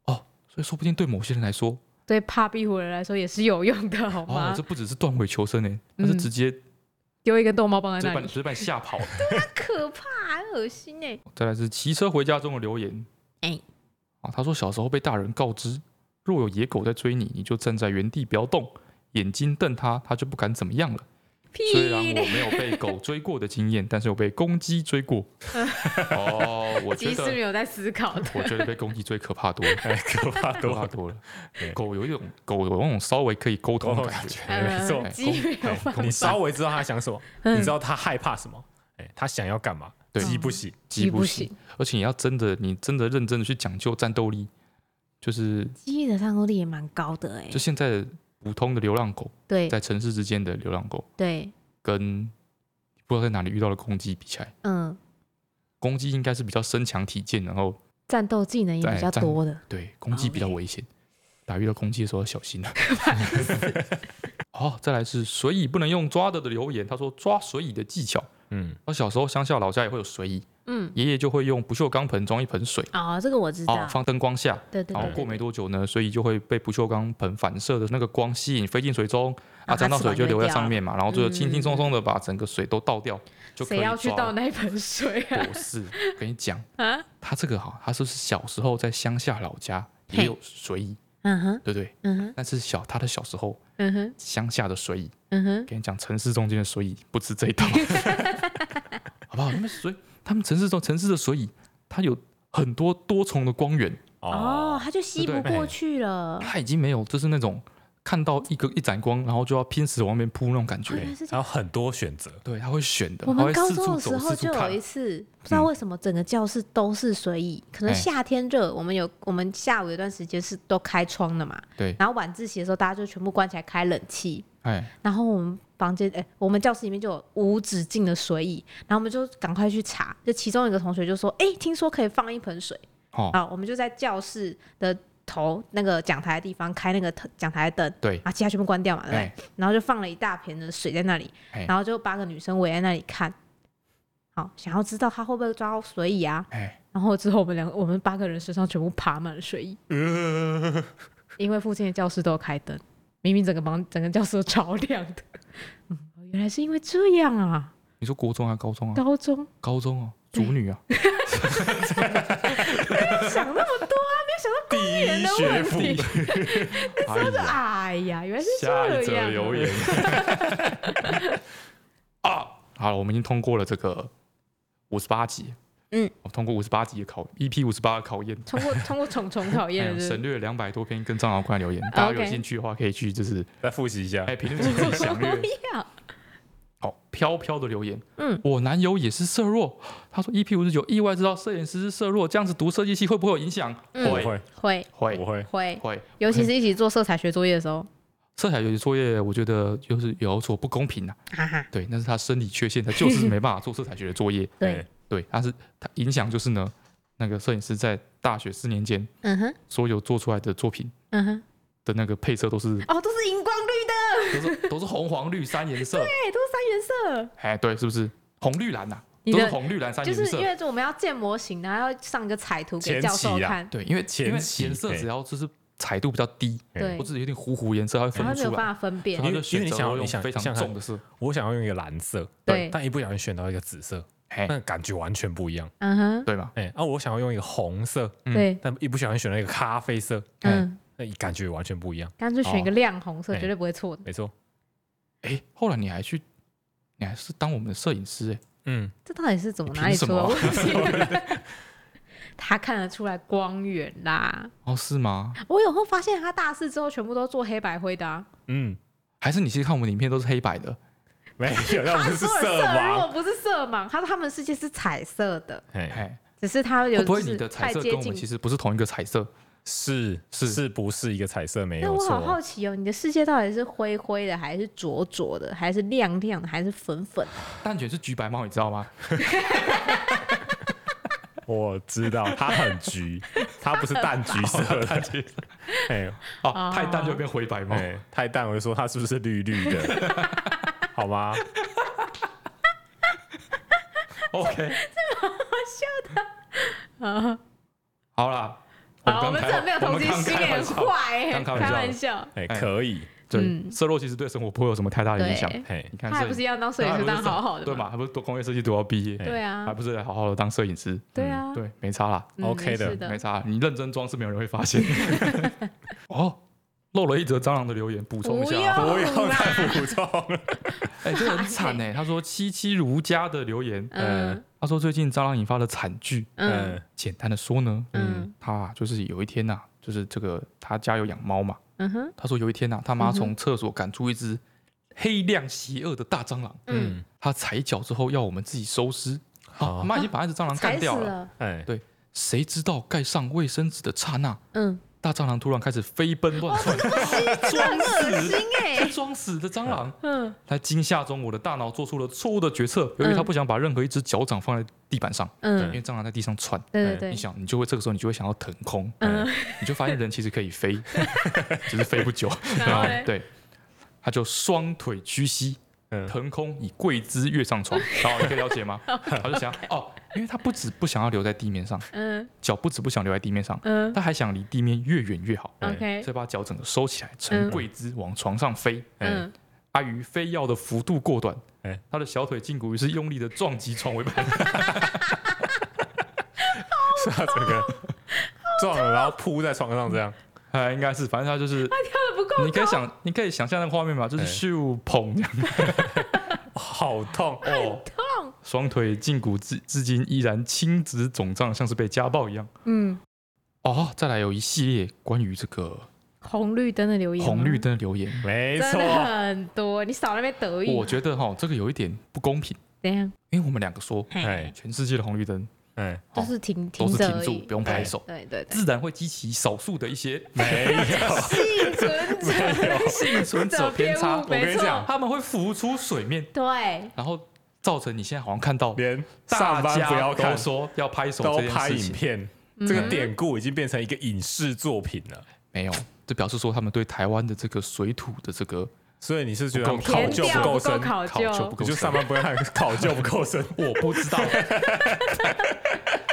Speaker 1: 哦，所以说不定对某些人来说，
Speaker 2: 对怕壁虎的人来说也是有用的，好
Speaker 1: 哦
Speaker 2: 吗，
Speaker 1: 这？不只是断尾求生诶，它是
Speaker 2: 嗯
Speaker 1: 直接
Speaker 2: 丢一根逗猫棒
Speaker 1: 直
Speaker 2: 在
Speaker 1: 接
Speaker 2: 那
Speaker 1: 把你
Speaker 2: 里
Speaker 1: 直，接把你吓跑。 (laughs)
Speaker 2: 可怕，很恶心哎。
Speaker 1: 再来是骑车回家中的留言，
Speaker 2: 哎
Speaker 1: 啊，他说小时候被大人告知，若有野狗在追你，你就站在原地不要动，眼睛瞪它，它就不敢怎么样了。虽然
Speaker 2: 屁
Speaker 1: 我
Speaker 2: 嘞！
Speaker 1: 没有被狗追过的经验，但是我被公鸡追
Speaker 2: (laughs)
Speaker 1: 过。哦，我觉
Speaker 2: 即使没
Speaker 1: 得。
Speaker 2: 有在思考的，
Speaker 1: 我觉得被公鸡追可怕多了，
Speaker 3: 哎，可怕
Speaker 1: 可
Speaker 3: 多
Speaker 1: 怕 (laughs)
Speaker 3: 了，
Speaker 1: 多了哦
Speaker 3: 对。
Speaker 1: 狗有一种狗有那种稍微可以沟通
Speaker 3: 多
Speaker 1: 的
Speaker 3: 了
Speaker 1: 感觉
Speaker 3: 感觉，没错哎
Speaker 2: 嗯，，鸡没
Speaker 1: 哎
Speaker 2: 有办法，
Speaker 3: 你稍微知道他想什么，
Speaker 2: 嗯
Speaker 3: 你知道他害怕什么，哎，他想要干嘛，
Speaker 1: 对
Speaker 3: 鸡不行，
Speaker 2: 鸡嗯不
Speaker 1: 行
Speaker 2: 行，
Speaker 1: 而且你要真的你真的认真的去讲究战斗力，就是
Speaker 2: 鸡的战斗力也蛮高的哎
Speaker 1: 就。现在的普通的流浪狗，
Speaker 2: 对
Speaker 1: 在城市之间的流浪狗
Speaker 2: 对，
Speaker 1: 跟不知道在哪里遇到的公鸡比起来，
Speaker 2: 嗯，
Speaker 1: 公鸡应该是比较身强体健，然后
Speaker 2: 战斗技能也比
Speaker 1: 在
Speaker 2: 较
Speaker 1: 战
Speaker 2: 多的。
Speaker 1: 对公
Speaker 2: 哦
Speaker 1: 鸡比较危险，打遇到公鸡的时候要
Speaker 2: (laughs)
Speaker 1: 小心啊。 (laughs) 哦，再来是水蚁不能用抓的的留言，他说抓水蚁的技巧。
Speaker 3: 嗯，
Speaker 1: 我小时候乡下老家也会有水蚁，
Speaker 2: 嗯，
Speaker 1: 爷爷就会用不锈钢盆装一盆水，
Speaker 2: 哦，这个我知
Speaker 1: 哦
Speaker 2: 道，。
Speaker 1: 放灯光下，
Speaker 2: 对对
Speaker 1: 然后
Speaker 2: 对，
Speaker 1: 过没多久呢，所以就会被不锈钢盆反射的那个光吸引，飞进水中啊，
Speaker 2: 啊
Speaker 1: 沾到水就留在上面嘛，然后最后
Speaker 2: 嗯
Speaker 1: 轻轻松松的把整个水都倒掉，就可以
Speaker 2: 谁要去
Speaker 1: 抓
Speaker 2: 倒
Speaker 1: (laughs)
Speaker 2: 那盆水啊？
Speaker 1: 博
Speaker 2: (laughs)
Speaker 1: 士，跟你讲，
Speaker 2: 啊，
Speaker 1: 他这个哈，他是不是小时候在乡下老家
Speaker 2: 嘿
Speaker 1: 也有水蚁，
Speaker 2: 嗯哼，
Speaker 1: 对不对？
Speaker 2: 嗯哼，
Speaker 1: 但是小他的小时候
Speaker 2: 嗯哼，
Speaker 1: 乡下的水蚁，
Speaker 2: 嗯哼，
Speaker 1: 跟你讲，城市中间的水蚁
Speaker 2: (laughs)
Speaker 1: 不吃这一套，好不好？那们水，他们城市中城市的水蚁，它有很多多重的光源，
Speaker 2: 哦，他就吸
Speaker 1: 对哎
Speaker 2: 不
Speaker 1: 不
Speaker 3: 对
Speaker 2: 过去了。
Speaker 1: 它已经没有就是那种看到一个一盏光，然后就要拼死往那边扑那种感觉。
Speaker 2: 原来
Speaker 3: 对
Speaker 2: 是，这
Speaker 3: 还有
Speaker 2: 样
Speaker 3: 很多选择，
Speaker 1: 对，他会选的，
Speaker 2: 嗯我
Speaker 1: 它
Speaker 2: 们
Speaker 1: 会
Speaker 2: 高
Speaker 1: 四
Speaker 2: 中
Speaker 1: 处
Speaker 2: 的时
Speaker 1: 走，
Speaker 2: 候
Speaker 1: 四
Speaker 2: 就
Speaker 1: 处
Speaker 2: 有
Speaker 1: 看嗯
Speaker 2: 一。次，不知道为什么整个教室都是随意，可能
Speaker 1: 哎
Speaker 2: 夏天热，我们有我们下午有段时间是都开窗的嘛，
Speaker 1: 对，
Speaker 2: 然后晚自习的时候大家就全部关起来开冷气，
Speaker 1: 哎，
Speaker 2: 然后我们房间，哎、我们教室里面就有无止境的水椅，然后我们就赶快去查，就其中一个同学就说，哎、听说可以放一盆水，
Speaker 1: 好、
Speaker 2: 啊，我们就在教室的头那个讲台的地方开那个讲台的灯，
Speaker 1: 对，
Speaker 2: 把其他全部关掉嘛，对不对？
Speaker 1: 哎，
Speaker 2: 然后就放了一大瓶的水在那里，
Speaker 1: 哎
Speaker 2: 然后就八个女生围在那里看，好，想要知道她会不会抓到水蚁啊？
Speaker 1: 哎，
Speaker 2: 然后之后我们两个，我们八个人身上全部爬满了水蚁，
Speaker 3: 呃
Speaker 2: 因为附近的教室都有开灯，明明整个房整个教室都超亮的，嗯，原来是因为这样啊！
Speaker 1: 你说国中啊，高中啊，
Speaker 2: 高中
Speaker 1: 高中哦、主
Speaker 2: 对
Speaker 1: 女啊，
Speaker 2: 想那么多啊，没有想到
Speaker 3: 第一学府
Speaker 2: 公园的问题
Speaker 1: 哎
Speaker 2: 这， (laughs) 哎呀，原来是这样、啊。 (laughs)
Speaker 1: 啊，好了，我们已经通过了这个五十八集，
Speaker 2: 嗯，
Speaker 1: 我通过五十八集的考 EP 五十八的考验，
Speaker 2: 通过通过重重考验
Speaker 1: 哎
Speaker 2: 是不是
Speaker 1: 省略两百多篇跟蟑螂有关的留言，大家有兴趣的话可以去就是
Speaker 3: 再复习一下
Speaker 2: (laughs)
Speaker 1: 哎，评论区自己详阅。
Speaker 2: 不要，
Speaker 1: 好，飘飘的留言，
Speaker 2: 嗯，
Speaker 1: 我男友也是色弱，他说 EP 五十九意外知道摄影师是色弱，这样子读设计系会不会有影响？
Speaker 3: 不
Speaker 2: 嗯，
Speaker 3: 会
Speaker 2: 会
Speaker 1: 会
Speaker 3: 不会，
Speaker 2: 会，
Speaker 1: 会，
Speaker 2: 尤其是一起做色彩学作业的时候，
Speaker 1: 哎色彩学习作业，我觉得就是有所不公平啊。
Speaker 2: 哈哈，
Speaker 1: 对，那是他生理缺陷，他就是没办法做色彩学的作业。
Speaker 3: 哎
Speaker 2: 对，
Speaker 1: 对，他是他影响就是呢，那个摄影师在大学四年间
Speaker 2: 嗯哼，
Speaker 1: 所有做出来的作品
Speaker 2: 嗯哼，
Speaker 1: 的那个配色都
Speaker 3: (laughs)
Speaker 1: 是
Speaker 2: 哦，都是荧光绿的，
Speaker 1: 都是都是红黄绿三颜色，
Speaker 2: 哎，都是三原色。
Speaker 1: 哎，对，是不是红绿蓝呐、啊
Speaker 2: 你
Speaker 1: 都是
Speaker 2: 的
Speaker 1: 红绿蓝三
Speaker 2: 就
Speaker 1: 颜
Speaker 2: 是
Speaker 1: 色
Speaker 2: 因。为我们要建模型，然后要上个彩图给
Speaker 3: 前
Speaker 2: 教授
Speaker 3: 期啊
Speaker 2: 看，
Speaker 1: 对，因为
Speaker 3: 前
Speaker 1: 因为
Speaker 3: 期
Speaker 1: 颜色
Speaker 3: 嘿
Speaker 1: 只要就是彩度比较低，
Speaker 2: 对
Speaker 1: 或，者有点糊糊颜色，它会分
Speaker 2: 然后
Speaker 1: 不
Speaker 2: 没有
Speaker 1: 出
Speaker 2: 办
Speaker 1: 来。
Speaker 2: 法分辨
Speaker 1: 所以，他
Speaker 3: 因为
Speaker 1: 就选
Speaker 3: 因为你
Speaker 1: 择
Speaker 3: 想
Speaker 1: 要用
Speaker 3: 你想
Speaker 1: 非常
Speaker 3: 想看
Speaker 1: 重的色，
Speaker 3: 我想要用一个蓝色，
Speaker 2: 对
Speaker 3: 但一不小心选到一个紫色，
Speaker 1: 嘿，
Speaker 3: 那感觉完全不一样。
Speaker 2: 嗯哼，
Speaker 1: 对吧？
Speaker 3: 哎，啊，我想要用一个红色，
Speaker 1: 嗯哎
Speaker 2: 对，
Speaker 3: 但一不小心选了一个咖啡色，
Speaker 2: 嗯，
Speaker 3: 那感觉完全不一样。
Speaker 2: 干脆选一个亮红色，
Speaker 3: 哦
Speaker 2: 绝对不会错的，
Speaker 3: 没错，
Speaker 1: 哎，后来你还去，你还是当我们的摄影师哎。
Speaker 3: 嗯，
Speaker 2: 这到底是怎么
Speaker 1: 你
Speaker 2: 哪里
Speaker 1: 凭什
Speaker 2: 出了
Speaker 1: 么
Speaker 2: 问题？ (laughs) 他看得出来光源啦，
Speaker 1: 哦，是吗？
Speaker 2: 我有后发现他大四之后全部都做黑白灰的啊，
Speaker 3: 嗯，
Speaker 1: 还是你其实看我们影片都是黑白的？
Speaker 3: 没有，那我
Speaker 2: 他
Speaker 3: 们是
Speaker 2: 说的
Speaker 3: 色
Speaker 2: 色如果
Speaker 3: 盲。
Speaker 2: 不是色盲，他说他们世界是彩色的，
Speaker 3: 哎，
Speaker 1: 哎，
Speaker 2: 只是他有
Speaker 1: 会不
Speaker 2: 就
Speaker 1: 会你
Speaker 2: 是
Speaker 1: 的彩
Speaker 2: 太
Speaker 1: 色
Speaker 2: 接
Speaker 1: 跟我们
Speaker 2: 近。
Speaker 1: 其实不是同一个彩色？
Speaker 3: 是
Speaker 1: 是
Speaker 3: 是不是一个彩色没
Speaker 2: 那
Speaker 3: 有
Speaker 2: 我好好
Speaker 3: 错？
Speaker 2: 奇哦，你的世界到底是灰灰的，还是浊浊的，还是亮亮的，还是粉粉的？
Speaker 1: 蛋卷是橘白猫，你知道吗？
Speaker 3: 我知道它很橘，它不是淡橘色的。 (laughs) 哎
Speaker 1: 哦，太淡就变灰白猫。
Speaker 3: 哎，太淡，我就说它是不是绿绿的？好吗？
Speaker 1: OK，好 (laughs) 啦，
Speaker 2: 啊好，我
Speaker 1: 们
Speaker 2: 们真的
Speaker 1: 刚开
Speaker 2: 没有同情
Speaker 1: 我们
Speaker 2: 心，
Speaker 1: 刚开
Speaker 2: 很
Speaker 1: 玩笑
Speaker 2: 坏欸，
Speaker 1: 刚开玩
Speaker 2: 开
Speaker 1: 笑
Speaker 2: 玩笑。
Speaker 3: 哎，
Speaker 1: 哎
Speaker 3: 可以，
Speaker 1: 对，
Speaker 2: 嗯
Speaker 1: 色弱其实对生活不会有什么太大的影响。
Speaker 2: 对，
Speaker 3: 哎，
Speaker 1: 你
Speaker 2: 他
Speaker 1: 看摄
Speaker 2: 还
Speaker 1: 影，
Speaker 2: 不是要当摄影
Speaker 1: 他还
Speaker 2: 师
Speaker 1: 不是
Speaker 2: 当好好的
Speaker 1: 对
Speaker 2: 嘛？
Speaker 1: 嘛？还不是读工业设计读到毕
Speaker 3: 哎
Speaker 1: 业，
Speaker 2: 对
Speaker 1: 还
Speaker 2: 啊，
Speaker 1: 不是好好的当摄影师？
Speaker 2: 对啊，
Speaker 1: 对，没差啦，
Speaker 2: 嗯
Speaker 3: OK
Speaker 2: 没事
Speaker 3: 的
Speaker 1: 没差。你认真装是没有人会
Speaker 2: (laughs)
Speaker 1: 发现。哦，漏了一则蟑螂的留言，补充一
Speaker 2: 不
Speaker 1: 下啊。
Speaker 3: 不
Speaker 2: 用
Speaker 3: 要
Speaker 2: 啦，
Speaker 3: 再补充了。
Speaker 1: 哎，
Speaker 2: (laughs)
Speaker 1: 这很惨哎。他说七七如家的留言，
Speaker 2: 嗯
Speaker 1: 他说最近蟑螂引发了惨剧。
Speaker 2: 嗯
Speaker 1: 简单的说呢，
Speaker 2: 嗯
Speaker 1: 他啊就是有一天呐、就是这个他家有养猫嘛，
Speaker 2: 嗯哼
Speaker 1: 他说有一天呐、他妈从厕所赶出一只黑亮邪恶的大蟑螂，
Speaker 2: 嗯，
Speaker 3: 嗯，
Speaker 1: 他
Speaker 3: 他
Speaker 1: 踩脚之后要我们自己收尸，啊，他
Speaker 3: 好，
Speaker 1: 妈已经把那只蟑螂
Speaker 2: 踩
Speaker 1: 干
Speaker 2: 死
Speaker 1: 掉了。
Speaker 2: 了，
Speaker 3: 哎，
Speaker 1: 谁知道盖上卫生纸的刹那，
Speaker 2: (laughs) 嗯，
Speaker 1: 大蟑螂突然开始飞奔乱窜，装
Speaker 2: 恶心
Speaker 1: 死，
Speaker 2: 哎
Speaker 1: 是，装死的蟑螂。
Speaker 2: 嗯
Speaker 1: 在惊吓中，我的大脑做出了错误的决策，由于他不想把任何一只脚掌放在地板上，因
Speaker 2: 嗯，
Speaker 1: 为蟑螂在地上窜。
Speaker 2: 对对
Speaker 3: 嗯
Speaker 2: 对
Speaker 1: 哎你，想，你哎就会这个时候，你就会想要腾空，
Speaker 2: 嗯 (laughs)
Speaker 1: 你就发现人其实可以飞，只是飞不久。
Speaker 2: 然后嘞，
Speaker 1: (laughs) 对，他就双腿屈膝，
Speaker 3: 嗯
Speaker 1: 腾空以跪姿跃上
Speaker 2: 嗯
Speaker 1: 床。然后你可以了
Speaker 2: (laughs)
Speaker 1: 解吗？他就想哦，因为他不止不想要留在地面上，
Speaker 2: 嗯
Speaker 1: 脚不止不想留在地面上，
Speaker 2: 嗯
Speaker 1: 他还想离地面越远越好，
Speaker 3: 对
Speaker 2: ，OK，
Speaker 1: 所以把脚整个收起来，呈
Speaker 2: 嗯
Speaker 1: 跪姿往床上飞。
Speaker 2: 嗯，
Speaker 1: 阿鱼飞跃的幅度过短
Speaker 3: 哎，
Speaker 1: 他的小腿胫骨于是用力的撞击床尾 (laughs) 板，
Speaker 3: 是他整个撞了，然后扑在床上这样。
Speaker 1: 哎，应该是，反正他就是，
Speaker 2: 跳的不够
Speaker 1: 你可以想，你可以哎想象那个画面吧，就是
Speaker 3: 哎
Speaker 1: 咻砰这样，
Speaker 3: 好痛
Speaker 2: 哎
Speaker 1: 哦，
Speaker 2: 痛，
Speaker 1: 双腿胫骨至至今依然青紫肿胀，像是被家暴一样。
Speaker 2: 嗯，
Speaker 1: 哦，再来有一系列关于这个
Speaker 2: 红绿灯的留言吗，哦
Speaker 1: 红绿灯的留言，
Speaker 3: 没
Speaker 2: 真
Speaker 3: 错，
Speaker 2: 的很多，你少那边得意，
Speaker 1: 我觉得哈，这个有一点不公平，
Speaker 2: 怎样？
Speaker 1: 因为我们两个说
Speaker 3: 哎
Speaker 1: 全世界的红绿灯
Speaker 3: 哎，
Speaker 2: 都是嗯停
Speaker 1: 都哦是
Speaker 2: 着
Speaker 1: 停
Speaker 2: 而
Speaker 1: 住
Speaker 2: 已，
Speaker 1: 不用拍手，
Speaker 2: 对对
Speaker 1: (laughs)
Speaker 2: 对，
Speaker 1: 自然会激起少数的一些
Speaker 3: 没有，
Speaker 2: 幸存者幸
Speaker 1: 存者
Speaker 2: (laughs)
Speaker 1: 偏差
Speaker 2: 误
Speaker 1: 我
Speaker 3: 跟
Speaker 2: 没
Speaker 3: 你
Speaker 2: 错，
Speaker 3: 讲
Speaker 1: 他们会浮出水面，
Speaker 2: 对，
Speaker 1: 然后造成你现在好像看到
Speaker 3: 连
Speaker 1: 大
Speaker 3: 上班
Speaker 1: 家
Speaker 3: 不要看
Speaker 1: 都，说要拍手
Speaker 3: 都
Speaker 1: 这件
Speaker 3: 拍
Speaker 1: 事
Speaker 3: 影
Speaker 1: 情，
Speaker 3: 片，
Speaker 2: 嗯
Speaker 3: 这个典故已经变成一个影视作品了。
Speaker 1: 没有，这表示说他们对台湾的这个水土的这
Speaker 3: (laughs)
Speaker 1: 个
Speaker 3: 所以你是觉得他们
Speaker 1: 不够
Speaker 3: 考
Speaker 2: 填
Speaker 3: 究
Speaker 2: 调
Speaker 3: 不
Speaker 2: 不
Speaker 3: 够
Speaker 2: 够
Speaker 3: 深？
Speaker 2: 考
Speaker 1: 考究不
Speaker 3: 你
Speaker 1: 够
Speaker 3: 就
Speaker 1: 深
Speaker 3: 上，班不要看，考究不够深。
Speaker 1: 我不知道，